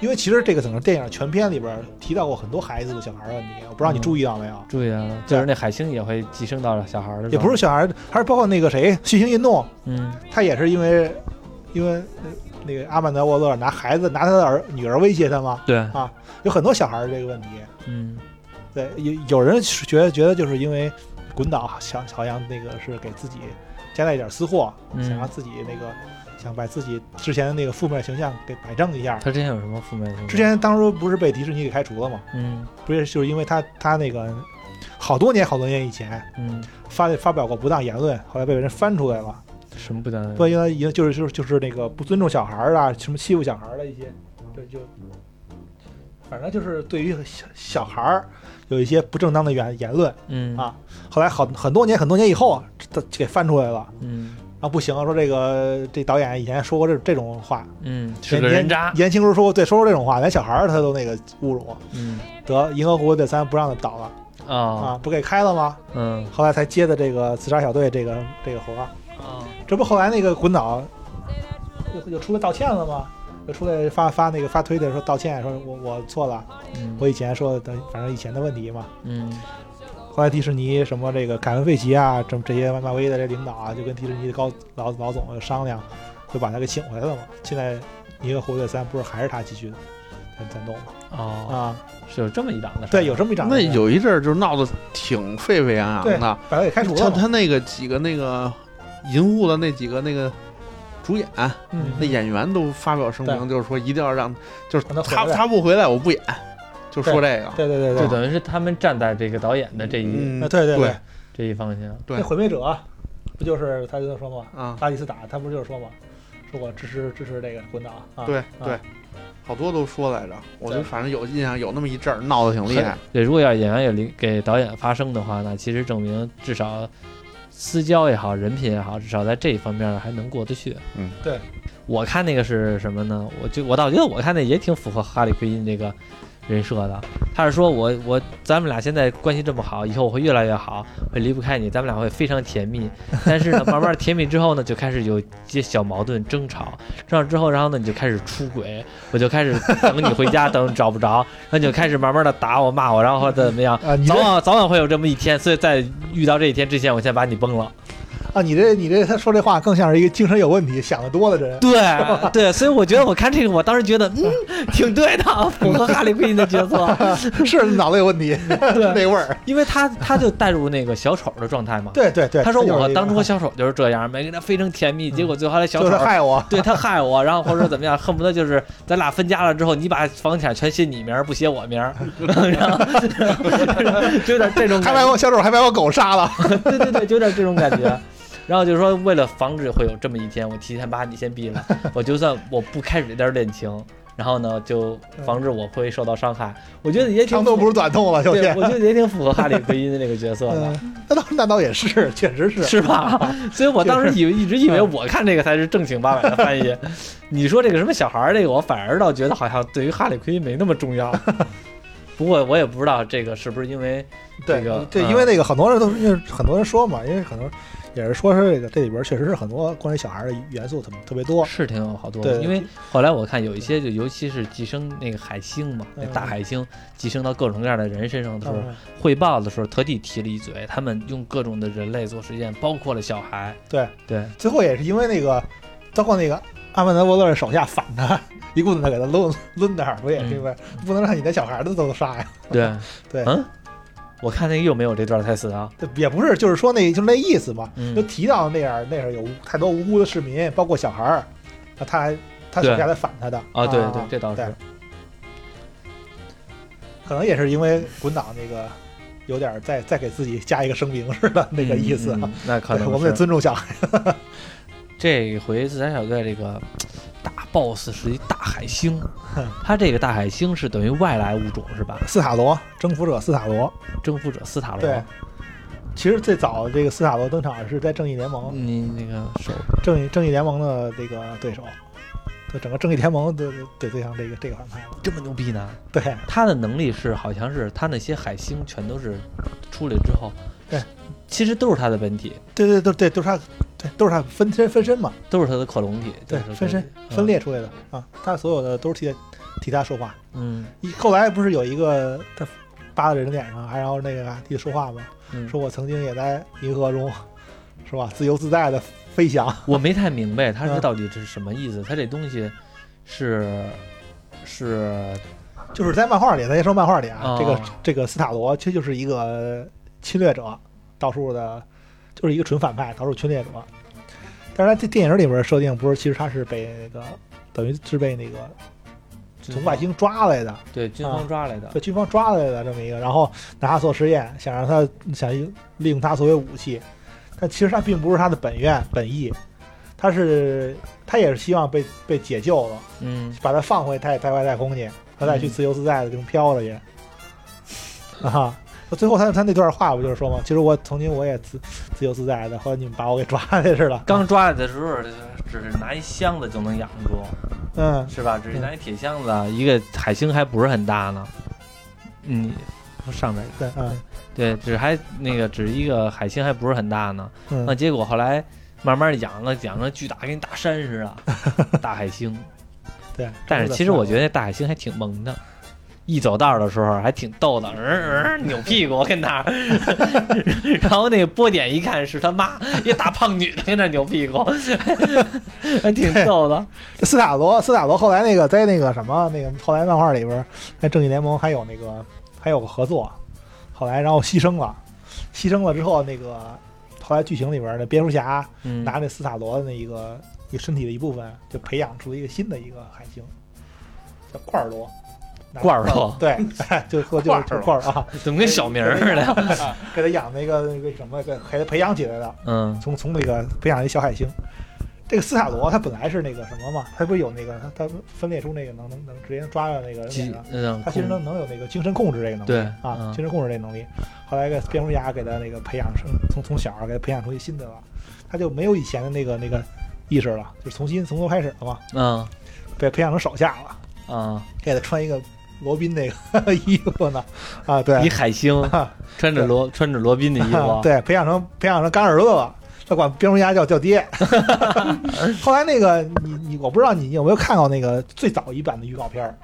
S3: 因为其实这个整个电影全片里边提到过很多孩子的小孩问题，我不知道你
S2: 嗯
S3: 注意到没有，
S2: 注意啊，就是那海星也会寄生到小孩儿的，
S3: 也不是，小孩，还是包括那个谁，血腥运动，
S2: 嗯
S3: 他也是因为因为呃那个阿曼德沃勒拿孩子拿他的儿女儿威胁他嘛，
S2: 对，
S3: 有很多小孩这个问题，
S2: 嗯
S3: 对，有有人是觉得觉得就是因为滚岛想好像那个是给自己夹带一点私货，
S2: 嗯
S3: 想让自己那个想把自己之前的那个负面形象给摆正一下。
S2: 他之前有什么负面情况？
S3: 之前当初不是被迪士尼给开除了吗？
S2: 嗯
S3: 不是，就是因为他他那个好多年好多年以前
S2: 嗯
S3: 发发表过不当言论，后来被人翻出来了，
S2: 什么不当？
S3: 说因为因为就是就是就是那个不尊重小孩儿啊，什么欺负小孩儿的一些，就就反正就是对于小小孩儿有一些不正当的言言论。
S2: 嗯
S3: 啊后来好很多年很多年以后啊，这这给翻出来了
S2: 嗯
S3: 啊，不行啊，说这个这导演以前说过这这种话，
S2: 嗯，
S4: 是个人渣
S3: 年，年轻时候说过对说过这种话，连小孩儿他都那个侮辱。
S2: 嗯
S3: 得《银河护卫队三》不让他导了
S2: 啊
S3: 啊，不给开了吗？
S2: 嗯
S3: 后来才接的这个自杀小队这个这个活儿，
S2: 啊
S3: 这不后来那个滚导又又出来道歉了吗？又出来发发那个发推特说道歉，说我我错了，
S2: 嗯
S3: 我以前说的反正以前的问题嘛。
S2: 嗯
S3: 后来迪士尼什么这个凯文·费奇啊，这这些漫威的这领导啊，就跟迪士尼的高老老总商量，就把他给请回来了嘛。现在《银河护卫队三》不是还是他继续在在弄吗？
S2: 哦，
S3: 啊，
S2: 是有这么一档的事儿，
S3: 对，有这么一场
S4: 那有一阵儿就闹得挺沸沸扬
S3: 对
S4: 扬的，
S3: 把他给开除了
S4: 像
S3: 嘛，
S4: 他那个几个那个银护的那几个那个主演，
S3: 嗯，
S4: 那演员都发表声
S3: 对
S4: 明，就是说一定要让，就是
S3: 让他
S4: 他
S3: 回来
S4: 他不回来我不演，就说这个。
S3: 对对对
S2: 就
S3: 对
S2: 等于是他们站在这个导演的这一
S4: 嗯
S3: 啊，对对
S4: 对，
S2: 这一方向，
S4: 对
S3: 那毁灭者不就是他就说嘛，
S4: 啊，
S3: 巴蒂斯塔他不就是说嘛，说我支持支持这个滚岛啊，
S4: 对
S3: 啊
S4: 对，好多都说来着，我
S3: 对
S4: 就反正有印象，有那么一阵儿闹得挺厉害。
S2: 对，如果要是演员也领给导演发声的话呢，其实证明至少私交也好，人品也好，至少在这一方面还能过得去。
S4: 嗯，
S3: 对。
S2: 我看那个是什么呢？我就我倒觉得我看那也挺符合哈利奎因这个人设的。他是说我我咱们俩现在关系这么好，以后我会越来越好，会离不开你，咱们俩会非常甜蜜。但是呢，慢慢甜蜜之后呢，就开始有一些小矛盾、争吵，争吵之后，然后呢，你就开始出轨，我就开始等你回家，等找不着，然后你就开始慢慢的打我、骂我，然后怎么样？
S3: 啊，你
S2: 早
S3: 这
S2: 晚早晚会有这么一天，所以在遇到这一天之前，我先把你崩了。
S3: 啊，你这你这他说这话更像是一个精神有问题、想得多的人。
S2: 对啊对，所以我觉得我看这个，我当时觉得 嗯，挺对的，符合哈利奎因的角色，
S3: 是脑子有问题，那味儿。
S2: 因为他他就带入那个小丑的状态嘛。
S3: 对对对，
S2: 他说
S3: 就是
S2: 我
S3: 一个
S2: 当初和小丑就是这样，每个人非常甜蜜，结果最后来小
S3: 就
S2: 丑
S3: 是害 我，
S2: 对他害我，然后或者怎么样，恨不得就是咱俩分家了之后，你把房产全写你名儿，不写我名 儿，然后就有点这种
S3: 还
S2: 感
S3: 把
S2: 觉，
S3: 我小丑还把我狗杀了。
S2: 对对对，就有点这种感觉。然后就说，为了防止会有这么一天，我提前把你先毙 了。我就算我不开始这段恋情，然后呢，就防止我会受到伤害。我觉得也挺
S3: 长痛不如短痛了，就
S2: 对，
S3: 是。
S2: 我觉得也挺符合哈利奎因的那个角色 的。
S3: 嗯，那倒那倒也是，确实是。
S2: 是吧？所以我当时以为一直以为我看这个才是正经八百的翻译。你说这个什么小孩儿这个，我反而倒觉得好像对于哈利奎因没那么 重要。不过我也不知道这个是不是因为
S3: 对
S2: 这个
S3: 对，
S2: 嗯
S3: 因为那个很多人都是因为很多人说嘛，因为很多也是说是这个这里边确实是很多关于小孩的元素特别特别多。
S2: 是挺有好多
S3: 对
S2: 因为后来我看有一些就尤其是寄生那个海星嘛，那
S3: 嗯
S2: 大海星寄生到各种各样的人身上的时候，
S3: 嗯，
S2: 汇报的时候特地提了一嘴，他们用各种的人类做实验，包括了小孩。
S3: 对
S2: 对，
S3: 最后也是因为那个，包括那个阿曼达·沃勒的手下反他，一棍子给他抡抡那儿，不也是因为
S2: 嗯
S3: 不能让你的小孩子都杀呀？
S2: 对
S3: 对
S2: 嗯，我看那个又没有这段台词啊。
S3: 这也不是，就是说那就是那意思嘛，
S2: 嗯
S3: 就提到那样那样有太多无辜的市民，包括小孩儿，那他还他手下来反他的
S2: 啊，对对，这倒是
S3: 对。可能也是因为滚党那个有点儿再再给自己加一个声明似的那个意思啊。
S2: 嗯嗯嗯那可
S3: 对，
S2: 能
S3: 我们得
S2: 是
S3: 尊重小孩。
S2: 这回自杀小队这个大 boss 是一大海星，
S3: 嗯
S2: 他这个大海星是等于外来物种是吧？
S3: 斯塔罗征服者斯塔罗，
S2: 征服者斯塔
S3: 对
S2: 罗，。
S3: 其实最早这个斯塔罗登场是在正义联盟，
S2: 你那个手
S3: 正义正义联盟的这个对手，就整个正义联盟的对对象这个这个反派了。
S2: 这么牛逼呢？
S3: 对
S2: 他的能力是好像是他那些海星全都是出来之后，
S3: 对，
S2: 其实都是他的本体，
S3: 对对对对，都是他，对都是他分身分身嘛，
S2: 都是他的克隆体，
S3: 对
S2: 都是
S3: 分身
S2: 嗯
S3: 分裂出来的啊，他所有的都是替他替他说话。
S2: 嗯，
S3: 一后来不是有一个他扒在人脸上，还然后那个替他说话吗？
S2: 嗯
S3: 说我曾经也在银河中，是吧？自由自在的飞翔。
S2: 我没太明白他这
S3: 嗯
S2: 到底是什么意思，他这东西是是
S3: 就是在漫画里，咱先说漫画里啊，
S2: 哦
S3: 这个这个斯塔罗其实就是一个侵略者，到处的，就是一个纯反派，到处侵略者。但是他这电影里边设定不是，其实他是被那个等于是被那个从外星抓来的，
S2: 对军
S3: 啊
S2: 方抓来的，
S3: 被军方抓来的这么一个，然后拿他做实验，想让他想利用他作为武器，但其实他并不是他的本愿本意，他是他也是希望被被解救了。
S2: 嗯，
S3: 把它放回太太外太空去，他再去
S2: 嗯
S3: 自由自在的跟飘了去。啊，最后他他那段话不就是说吗？其实我曾经我也自自由自在的，后来你们把我给抓来似的。
S2: 刚抓来的时候，只是拿一箱子就能养住，
S3: 嗯，
S2: 是吧？只是拿一铁箱子，一个海星还不是很大呢。嗯，上边儿
S3: 对，嗯
S2: 对，只还那个只一个海星还不是很大呢。那
S3: 嗯，
S2: 结果后来慢慢养了，养了巨大，跟大山似的， 大海星。
S3: 对。
S2: 但是其实我觉得那大海星还挺萌的。一走道儿的时候还挺逗的，嗯嗯，扭屁股跟那 儿，然后那个波点一看是他妈，一大胖女的跟那儿扭屁 股，还挺逗的。
S3: 这斯塔罗斯塔罗后来那个在那个什么那个后来漫画里边，在正义联盟还有那个还有个合作，后来然后牺牲了，牺牲了之后那个后来剧情里边的蝙蝠侠
S2: 嗯，
S3: 拿那斯塔罗的那一个一个身体的一部分，就培养出了一个新的一个海星，叫罐儿罗。拿
S2: 罐儿罗
S3: 对， 就就就
S4: 罐儿
S3: 就
S4: 罗
S3: 罐儿啊，
S2: 怎么跟小名儿似 的？
S3: 的，给他养那个那个什么，给给他培养起来的，
S2: 嗯
S3: 从从那个培养一小海星。这个斯塔罗他本来是那个什么嘛，他不是有那个他他分裂出那个能能能直接抓着那个，人
S2: 几
S3: 脸的，
S2: 嗯，
S3: 他其实能能有那个精神控制这个能力，
S2: 对
S3: 啊，
S2: 嗯
S3: 精神控制这能力。后来给蝙蝠侠给他那个培养成，从从小给他培养出一新的了，他就没有以前的那个那个意识了，就重新从头开始了嘛，
S2: 嗯
S3: 被培养成手下了，
S2: 啊，
S3: 给他穿一个罗宾那个 衣服呢，啊，对啊
S2: 一，海星穿着罗穿着罗宾的衣服，啊
S3: 对，培养成培养成干儿子了。他管蝙蝠侠叫 叫爹，后来那个你你我不知道你有没有看过那个最早一版的预告片儿，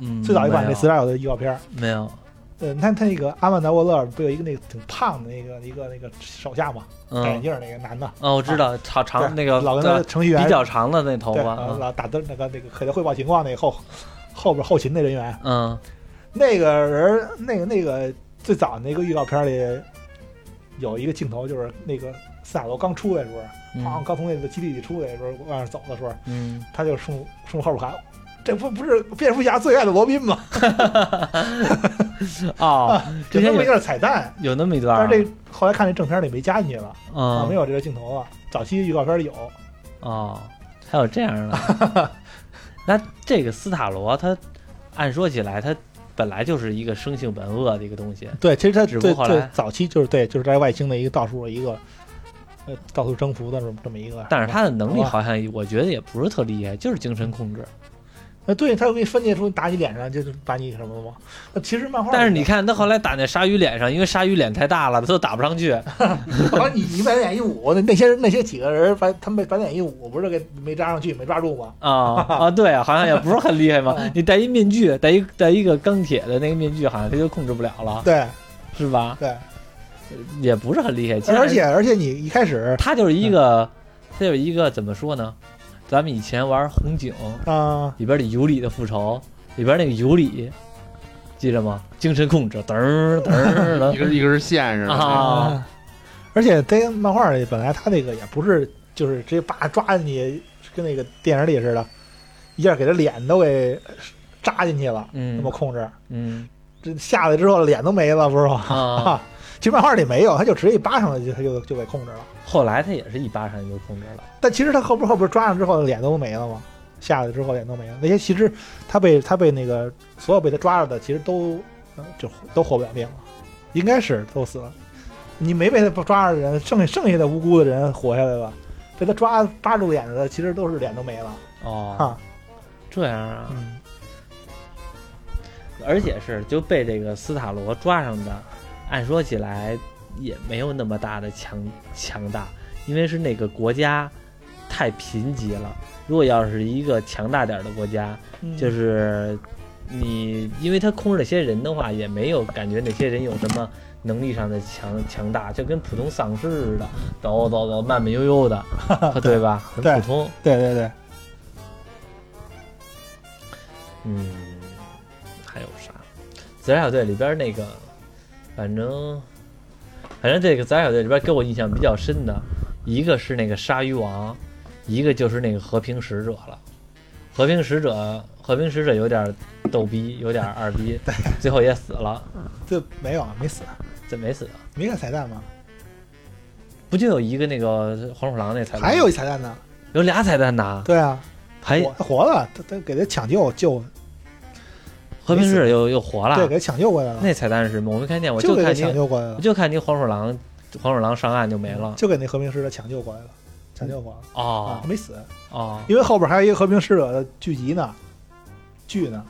S2: 嗯，
S3: 最早一版
S2: 没
S3: 这
S2: 有
S3: 四点有的预告片儿，
S2: 没有，
S3: 呃，你看他那个阿曼达沃勒尔不有一个那个挺胖的那个一个那个手下嘛，戴眼
S2: 嗯，
S3: 镜儿那个男的，
S2: 哦，我知道，长长
S3: 对
S2: 那个
S3: 老跟
S2: 呃
S3: 他程序员
S2: 比较长的那头
S3: 对，
S2: 发，
S3: 呃
S2: 嗯
S3: 老打的那个那个给他汇报情况那个后后边后勤的人员，
S2: 嗯
S3: 那个人儿那个那个最早那个预告片里有一个镜头，就是那个斯塔罗刚出来的时候，啊，
S2: 嗯
S3: 刚从那个基地里出来的时候，往上走的时候，
S2: 嗯，
S3: 他就冲冲后边喊。这不不是蝙蝠侠最爱的罗宾吗？
S2: 哦，之
S3: 就啊那
S2: 前
S3: 么一
S2: 有
S3: 个彩蛋，
S2: 有那么一段
S3: 但
S2: 儿，
S3: 是这后来看这正片里没加进去了。啊，
S2: 嗯
S3: 没有这个镜头了。早期预告片里有，
S2: 哦，还有这样的。 那这个斯塔罗，他按说起来，他本来就是一个生性本恶的一个东西。
S3: 对，其实他
S2: 只
S3: 最
S2: 不过后来
S3: 最早期就是对，就是在外星的一个到处一个，呃，到处征服的这么这么一个。
S2: 但是他的能力
S3: 好
S2: 好
S3: 吧，
S2: 像我觉得也不是特厉害，就是精神控制。
S3: 呃，对他给你分解出打你脸上，就是把你什么吗？那其实漫画里，
S2: 但是你看他后来打那鲨鱼脸上，因为鲨鱼脸太大了，他都打不上去。
S3: 好像你你把脸一捂，那那些那些几个人把他们把脸一捂，不是给没扎上去，没抓住吗？
S2: 啊、 啊，对啊，好像也不是很厉害嘛
S3: 啊。
S2: 你戴一面具，戴一戴一个钢铁的那个面具，好像他就控制不了了，
S3: 对
S2: 是吧？
S3: 对，
S2: 也不是很厉害。其实
S3: 而且嗯而且你一开始，
S2: 他就是一个，他就是一个怎么说呢？咱们以前玩红警，
S3: 啊
S2: 里边的尤里的复仇，里边那个尤里，记着吗？精神控制，噔儿 噔儿
S4: 一
S2: 的，
S4: 个一个是线似的，
S2: 啊
S3: 啊，而且在漫画里本来他那个也不是就是直接叭抓你，跟那个电影里似的，一下给他脸都给扎进去了，那
S2: 嗯
S3: 么控制，
S2: 嗯
S3: 这下来之后脸都没了，不是吗？
S2: 啊，
S3: 其实漫画里没有，他就直接一巴掌就他就就给控制了。
S2: 后来他也是一巴掌就控制了，
S3: 但其实他后边后边抓上之后脸都没了嘛，下来之后脸都没了。那些其实他被他被那个所有被他抓着的，其实都呃就都活不了命了，应该是都死了。你没被他抓着的人，剩下剩下的无辜的人活下来了，被他抓扒住脸的，其实都是脸都没了。
S2: 哦
S3: 啊，
S2: 这样啊，
S3: 嗯，
S2: 而且是就被这个斯塔罗抓上的，按说起来也没有那么大的强强大，因为是那个国家太贫瘠了。如果要是一个强大点儿的国家，
S3: 嗯
S2: 就是你，因为他控制那些人的话，也没有感觉那些人有什么能力上的强强大，就跟普通丧尸似的，走走走，慢慢悠悠的，对吧？很
S3: 对
S2: 普通，
S3: 对对对，
S2: 嗯，还有啥？紫海小队里边那个，反正反正这个紫海小队里边给我印象比较深的，一个是那个鲨鱼王，一个就是那个和平使者了。和平使者，和平使者有点逗逼，有点二逼，最后也死了，
S3: 这没有啊没死，
S2: 这没死，
S3: 没啊看彩蛋吗？
S2: 不就有一个那个黄鼠狼那彩蛋？
S3: 还有一彩蛋呢。
S2: 有哎俩彩蛋呐，
S3: 对啊，
S2: 还
S3: 活活了，他他给他抢救救，
S2: 和平使者又又活
S3: 对，
S2: 了
S3: 给。他抢救过来了，
S2: 啊那彩蛋是什么？我没看见，我
S3: 就给他
S2: 看
S3: 抢
S2: 你，
S3: 救过来
S2: 我
S3: 了，
S2: 就看你黄鼠狼，黄鼠狼上岸就没了。
S3: 就给那和平使者抢救过来了，抢救过来了。
S2: 啊嗯哦
S3: 啊，没死，
S2: 哦
S3: 因为后边还有一个和平使者的剧集呢，剧呢，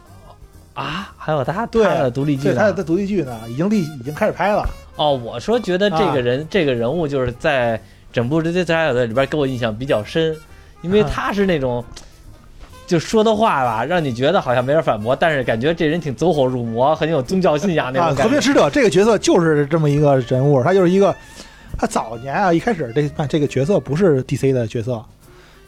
S2: 啊，还有他
S3: 对
S2: 他的独立剧
S3: 对，他
S2: 呢
S3: 的独立剧呢，已经立已经开始拍了。
S2: 哦，我说觉得这个人、
S3: 啊
S2: 这个人物就是在整部《这这小队》里边给我印象比较深，因为
S3: 啊
S2: 他是那种。就说的话吧，让你觉得好像没人反驳，但是感觉这人挺走火入魔，很有宗教信仰那
S3: 啊，
S2: 种
S3: 和
S2: 感
S3: 平
S2: 觉。
S3: 使者这个角色就是这么一个人物，他就是一个，他早年啊一开始这这个角色不是 DC 的角色，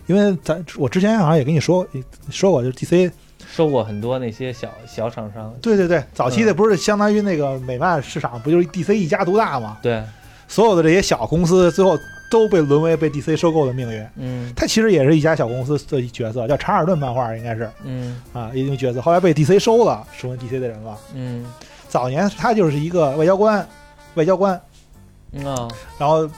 S3: 因为咱我之前好像也跟你说说过，就是 DC
S2: 收过很多那些小小厂商，
S3: 对对对，早期的不是相当于那个美漫市场不就是 DC 一家独大嘛，
S2: 对，
S3: 所有的这些小公司最后都被沦为被 DC 收购的命运。
S2: 嗯
S3: 他其实也是一家小公司的一角色，叫查尔顿漫画应该是。
S2: 嗯
S3: 啊，一定角色，后来被 DC 收了，成为 DC 的人了。
S2: 嗯
S3: 早年他就是一个外交官，外交官，
S2: 嗯啊
S3: 然后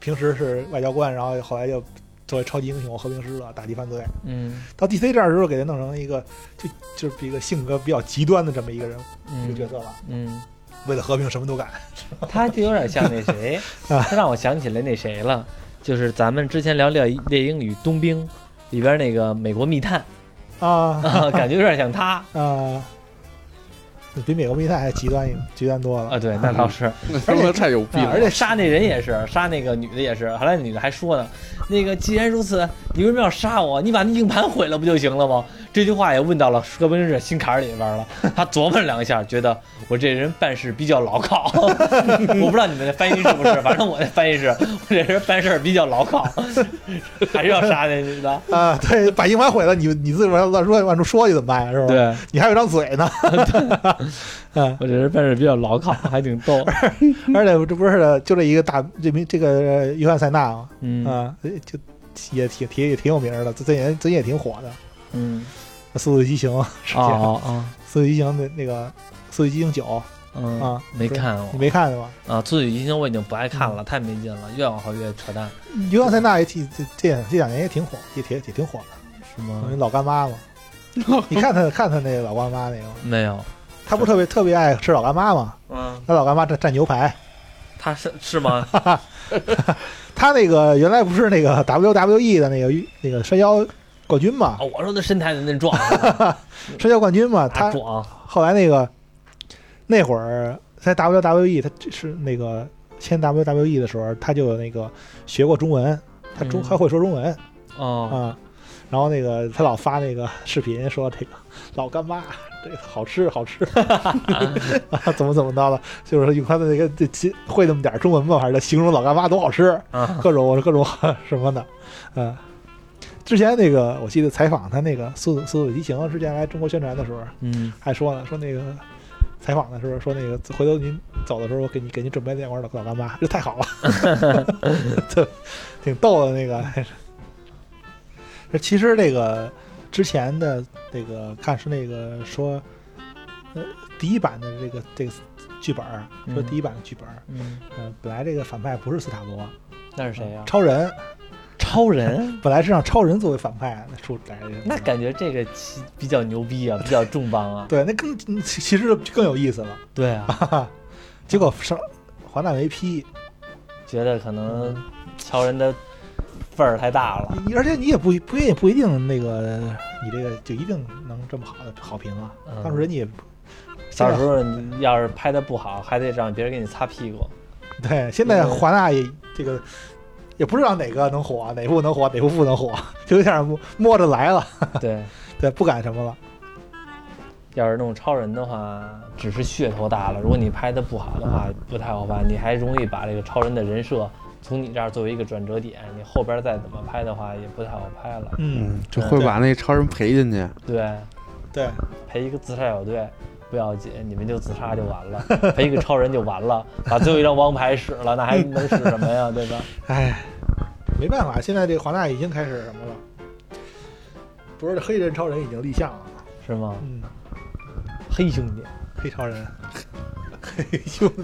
S3: 平时是外交官，然后后来就作为超级英雄和平使者打击犯罪。
S2: 嗯
S3: 到 DC 这儿的时候，给他弄成一个就就是一个性格比较极端的这么一个人一个角
S2: 嗯
S3: 色了，
S2: 嗯，
S3: 为了和平什么都干。
S2: 他就有点像那谁，
S3: 啊
S2: 他让我想起来那谁了，就是咱们之前聊《猎猎鹰与冬兵》里边那个美国密探，
S3: 啊
S2: 啊感觉有点像他。
S3: 啊，比美国密探还极端一极端多了
S2: 啊，对，那倒是，
S4: 那他妈 太有病
S2: 啊
S4: 了！
S2: 而且杀那人也是，杀那个女的也是。后来那女的还说呢，那个既然如此，你为什么要杀我？你把那硬盘毁了不就行了吗？这句话也问到了哥本是心坎儿里边了。他琢磨了两下，觉得我这人办事比较牢靠。 我不知道你们的翻译是不是，反正我的翻译是，我这人办事儿比较牢靠， 还是要杀那女的。
S3: 啊！对，把硬盘毁了，你你自己往乱说乱说去怎么办呀？是吧？，
S2: 对，
S3: 你还有张 嘴呢。嗯，
S2: 我这人办事比较牢靠，还挺逗。
S3: 而且这不是就这一个大这名这个约翰塞纳嘛，
S2: 嗯
S3: 啊，就也挺挺也挺有名儿的，最近也最近也挺火的。
S2: 嗯，
S3: 《速度与激情》是
S2: 哦
S3: 这样，《
S2: 哦哦，
S3: 速度与激情》的那个《速度与激情九》
S2: 嗯，
S3: 啊，
S2: 没看过
S3: 你没看是吧？
S2: 啊，《自己已经我已经不爱看了，太没劲了，越往后越扯淡，
S3: 尤安塞纳也挺这这两这两年也挺火，也挺也挺火的，
S2: 是吗
S3: 因为？老干妈 嘛。你看他看他那个老干妈那个吗，
S2: 没有，
S3: 他不特别特别爱吃老干妈嘛？
S2: 嗯，
S3: 他老干妈蘸蘸牛排，
S2: 他是是吗？
S3: 他那个原来不是那个 WWE 的那个那个摔跤冠军嘛
S2: 啊，，我说那身材的那壮，
S3: 摔跤冠军嘛，
S2: 他
S3: 他
S2: 壮，啊
S3: 后来那个那会儿在 WWE，他只是那个签 WWE 的时候，他就有那个学过中文，他中
S2: 嗯
S3: 还会说中文
S2: 哦，
S3: 啊。然后那个他老发那个视频说这个老干妈这个好吃 好吃，啊怎么怎么着了，就是说用他的那个这这会那么点儿中文吧，反正形容老干妈多好吃，
S2: 啊，
S3: 各种各种什么的，嗯、之前那个我记得采访他那个《速度速度与激情》之前来中国宣传的时候，
S2: 嗯，
S3: 还说呢，说那个采访的时候说那个回头您走的时候，我给你给您准备两罐老老干妈，这太好了， 这挺逗的那个。还是其实那个之前的那个看是那个说，呃，第一版的这个这个剧本儿，说
S2: 嗯
S3: 第一版的剧本儿，
S2: 嗯，
S3: 嗯、本来这个反派不是斯塔罗，
S2: 那是谁呀？
S3: 超人，
S2: 超人，
S3: 本来是让超人作为反派出来的，
S2: 那感觉这个其比较牛逼啊，比较重磅啊，
S3: 对，那更其其实更有意思了。
S2: 对啊，
S3: 结果上华纳没批，
S2: 觉得可能超人的份儿太大了，
S3: 你而且你也不不也不一定那个，你这个就一定能这么好的好评啊。
S2: 嗯
S3: 当时人家也
S2: 到时候你要是拍的不好，还得让别人给你擦屁股，
S3: 对，现在
S2: 嗯
S3: 华纳也这个也不知道哪个能火，啊哪部能火，哪部不能火，就有点摸摸着来了，
S2: 对。
S3: 对，不敢什么了。嗯
S2: 要是弄超人的话，只是噱头大了。如果你拍的不好的话，不太好办。你还容易把这个超人的人设从你这儿作为一个转折点，你后边再怎么拍的话，也不太好拍了。
S3: 嗯
S4: 嗯，，就会把那超人赔进去。
S2: 对，
S3: 对，
S2: 陪一个自杀小队不要紧，你们就自杀就完了，陪一个超人就完了，把最后一张王牌使了，那还能使什么呀？对吧？
S3: 哎，没办法，现在这个华纳已经开始什么了，不是黑人超人已经立项了，
S2: 是吗？
S3: 嗯，
S2: 黑兄弟，
S3: 黑超人， 黑兄弟，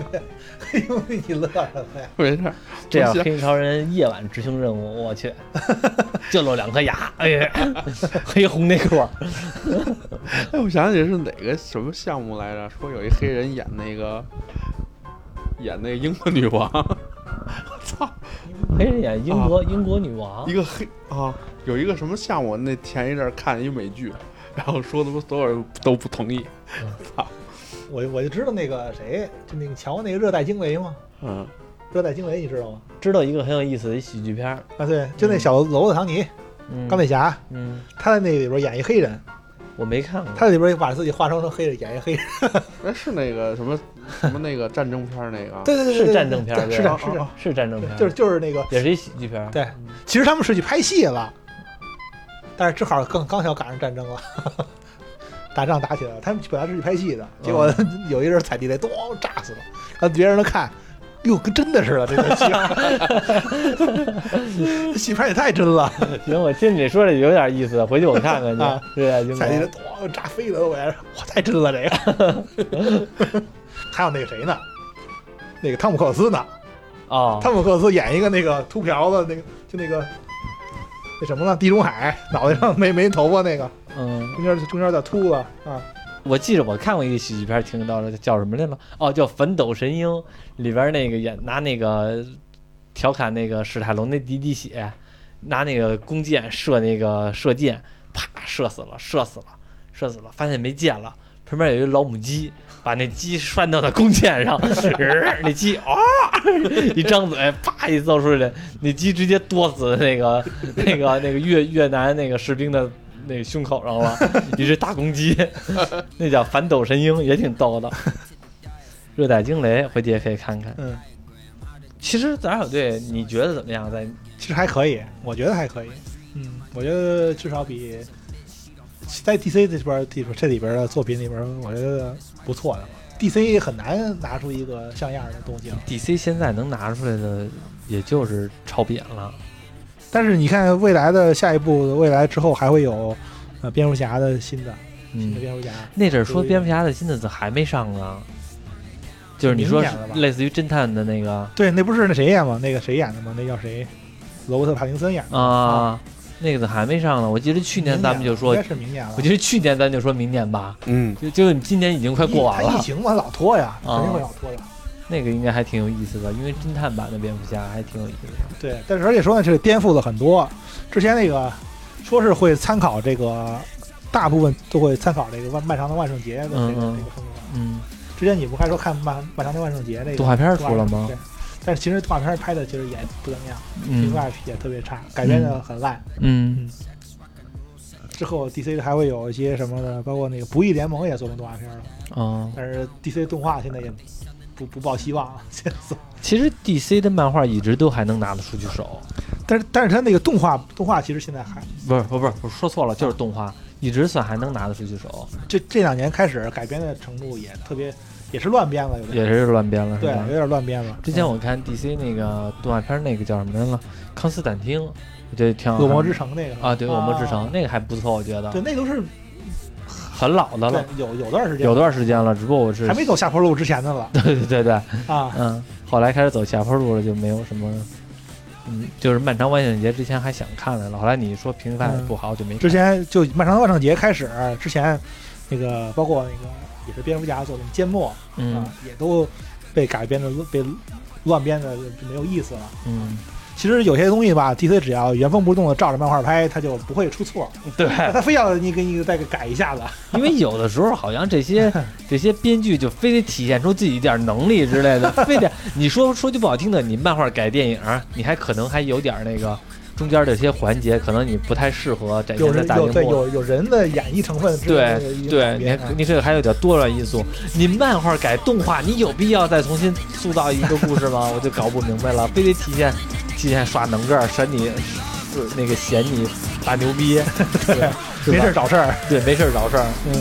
S3: 黑兄弟，你乐什么呀？
S4: 没事儿，
S2: 这样
S4: 不行
S2: 黑超人夜晚执行任务，我去， 就露两颗牙，哎 呀，黑红内裤，
S4: 哎，我想起是哪个什么项目来着？说有一黑人演那个演那个英国女王， 我操，
S2: 黑人演英国、英国女王
S4: 一。个黑啊，有一个什么项目？那前一阵儿看一美剧， 然后说的不所有人都不同意。操，
S3: 我我就知道那个谁，就那个瞧那个热带惊雷嘛，
S4: 嗯，
S3: 热带惊雷你知道吗？
S2: 知道一个很有意思的喜剧片儿，
S3: 啊，对，就那小娄子唐尼、
S2: 嗯
S3: 钢铁侠，
S2: 嗯，
S3: 他在那里边演一黑人，
S2: 我没看过，
S3: 他在里边把自己化妆成黑人，演一黑人。，
S4: 那哎是那个什么什么那个战争片儿那个
S3: 对对对，对哦
S2: 是战争片儿
S3: 对是
S2: 对吧哦
S3: 的，是的，
S2: 是战争片
S3: 对
S2: 儿，
S3: 就是就是那个，
S2: 也是一喜剧片儿，
S3: 对，其实他们是去拍戏了，但是正好更刚巧赶上战争了。 打仗打起来了，他们本来是去拍戏的，结果有一人踩地雷，咚炸死了，让别人都看，哟，跟真的似的，这个戏儿， 戏拍也太真了。
S2: 行，我听你说这有点意思，回去我看看
S3: 啊
S2: 去。对啊，英
S3: 踩地雷
S2: 国，
S3: 咣炸飞了，我也是，哇，太真了这个。还有那个 谁呢？那个汤姆克鲁斯呢？
S2: 哦，
S3: 汤姆克鲁斯演一个那个秃瓢子，那个就那个那什么了，地中海脑袋上没没头发那个，
S2: 嗯，
S3: 中间中间的秃了啊。
S2: 我记着我看过一个喜剧片儿，挺到的叫什么来着？哦，叫《反斗神鹰》，里边儿那个演拿那个调侃那个史泰龙那滴滴血，拿那个弓箭射那个射箭，啪射死了，射死了，射死了，发现没箭了，身边有一老母鸡，把那鸡拴到那弓箭上， 呃那鸡啊、 一张嘴，啪一揍出去，那鸡直接剁死那个 那个那个越越南那个士兵的那个胸口上了，一只大公鸡，那叫反斗神鹰，也挺逗的。热带惊雷，回去也可以看看。
S3: 嗯，
S2: 其实胆小队，你觉得怎么样？在
S3: 其实还可以，我觉得还可以。嗯，我觉得至少比在 DC 这边地这里边的作品里边，我觉得不错的。DC 很难拿出一个像样的东西了。
S2: DC 现在能拿出来的，也就是超扁了。
S3: 但是你看未来的下一步，未来之后还会有呃蝙蝠侠的新的新的
S2: 嗯，
S3: 蝙蝠侠，
S2: 那阵儿说蝙蝠侠的新的怎么还没上呢？就是你说
S3: 明年了吧
S2: 类似于侦探的那个
S3: 对，那不是那谁演吗？那个谁演的吗？那叫谁？罗伯特·帕丁森演的。
S2: 啊，那个怎么还没上呢？我记得去
S3: 明
S2: 年咱们就说
S3: 应该，是明年了。
S2: 我记得去年咱就说明年吧，
S4: 嗯，
S2: 就就你今年已经快过完
S3: 疫
S2: 了
S3: 疫。情嘛，老拖呀，肯
S2: 啊
S3: 定会老拖的。
S2: 那个应该还挺有意思的，因为侦探版的蝙蝠侠还挺有意思的。
S3: 对，但是而且说呢，这个颠覆了很多。之前那个说是会参考这个，大部分都会参考这个万漫长的万圣节的这个、
S2: 嗯嗯
S3: 这个风格。
S2: 嗯，
S3: 之前你不还说看漫漫长的万圣节那个
S2: 动画片儿
S3: 动画
S2: 出了吗
S3: 对，但是其实动画片儿拍的其实也不怎么样，评
S2: 嗯
S3: 价也特别差，改编的很烂。
S2: 嗯
S3: 之后 DC 还会有一些什么的，包括那个《不义联盟》也做成动画片儿了，
S2: 哦，
S3: 但是 DC 动画现在也不不抱希望了。啊 现在做
S2: 其实 DC 的漫画一直都还能拿得出去手，
S3: 但是但是它那个动画动画其实现在还
S2: 不是不是不是不是说错了，就是动画一直算还能拿得出去手，
S3: 这这两年开始改编的程度也特别，也是乱编了，有
S2: 也
S3: 点
S2: 是乱编了，是
S3: 对，
S2: 吧
S3: 有？点乱编了。
S2: 之前我看 DC 那个动画片，那个叫什么来了，《康斯坦丁》，我觉得挺好
S3: 嗯
S2: 看
S3: 恶
S2: 的。
S3: 魔之城那个
S2: 啊，对，《恶魔之城》
S3: 啊
S2: 那个还不错，我觉
S3: 对，
S2: 得
S3: 那都是
S2: 很老的了，
S3: 对有有段时间，
S2: 有段时间了，只不过我是
S3: 还没走下坡路之前的了
S2: 对对对对，
S3: 啊。
S2: 嗯，后来开始走下坡路了，就没有什么，嗯，就是漫长万圣节之前还想看来了，后来你说评价也不好，我就没看
S3: 之前就漫长的万圣节开始之前，那个包括那个也是蝙蝠侠做的缄默
S2: 嗯
S3: 啊，也都被改编的被乱编的就没有意思了。
S2: 嗯，
S3: 其实有些东西吧，DC 只要原封不动的照着漫画拍，它就不会出错。
S2: 对，
S3: 但他非要你给你再给改一下子，
S2: 因为有的时候好像这些 这些编剧就非得体现出自己一点能力之类的，非 得你说说句不好听的，你漫画改电影，你还可能还有点那个中间这些环节，可能你不太适合展
S3: 有
S2: 现在
S3: 人
S2: 大
S3: 有
S2: 荧
S3: 对
S2: 幕。啊
S3: 有有人的演绎成分之类的
S2: 对
S3: 一个啊改
S2: 对，你
S3: 编
S2: 还你这个还有点多元因素。你漫画改动画，你有必要再重新塑造一个故事吗？我就搞不明白了，非得体现体现耍能个儿，神你是那个嫌你大牛逼，对
S3: 啊没事儿找事儿。
S2: 对，没事儿找事儿。
S3: 嗯，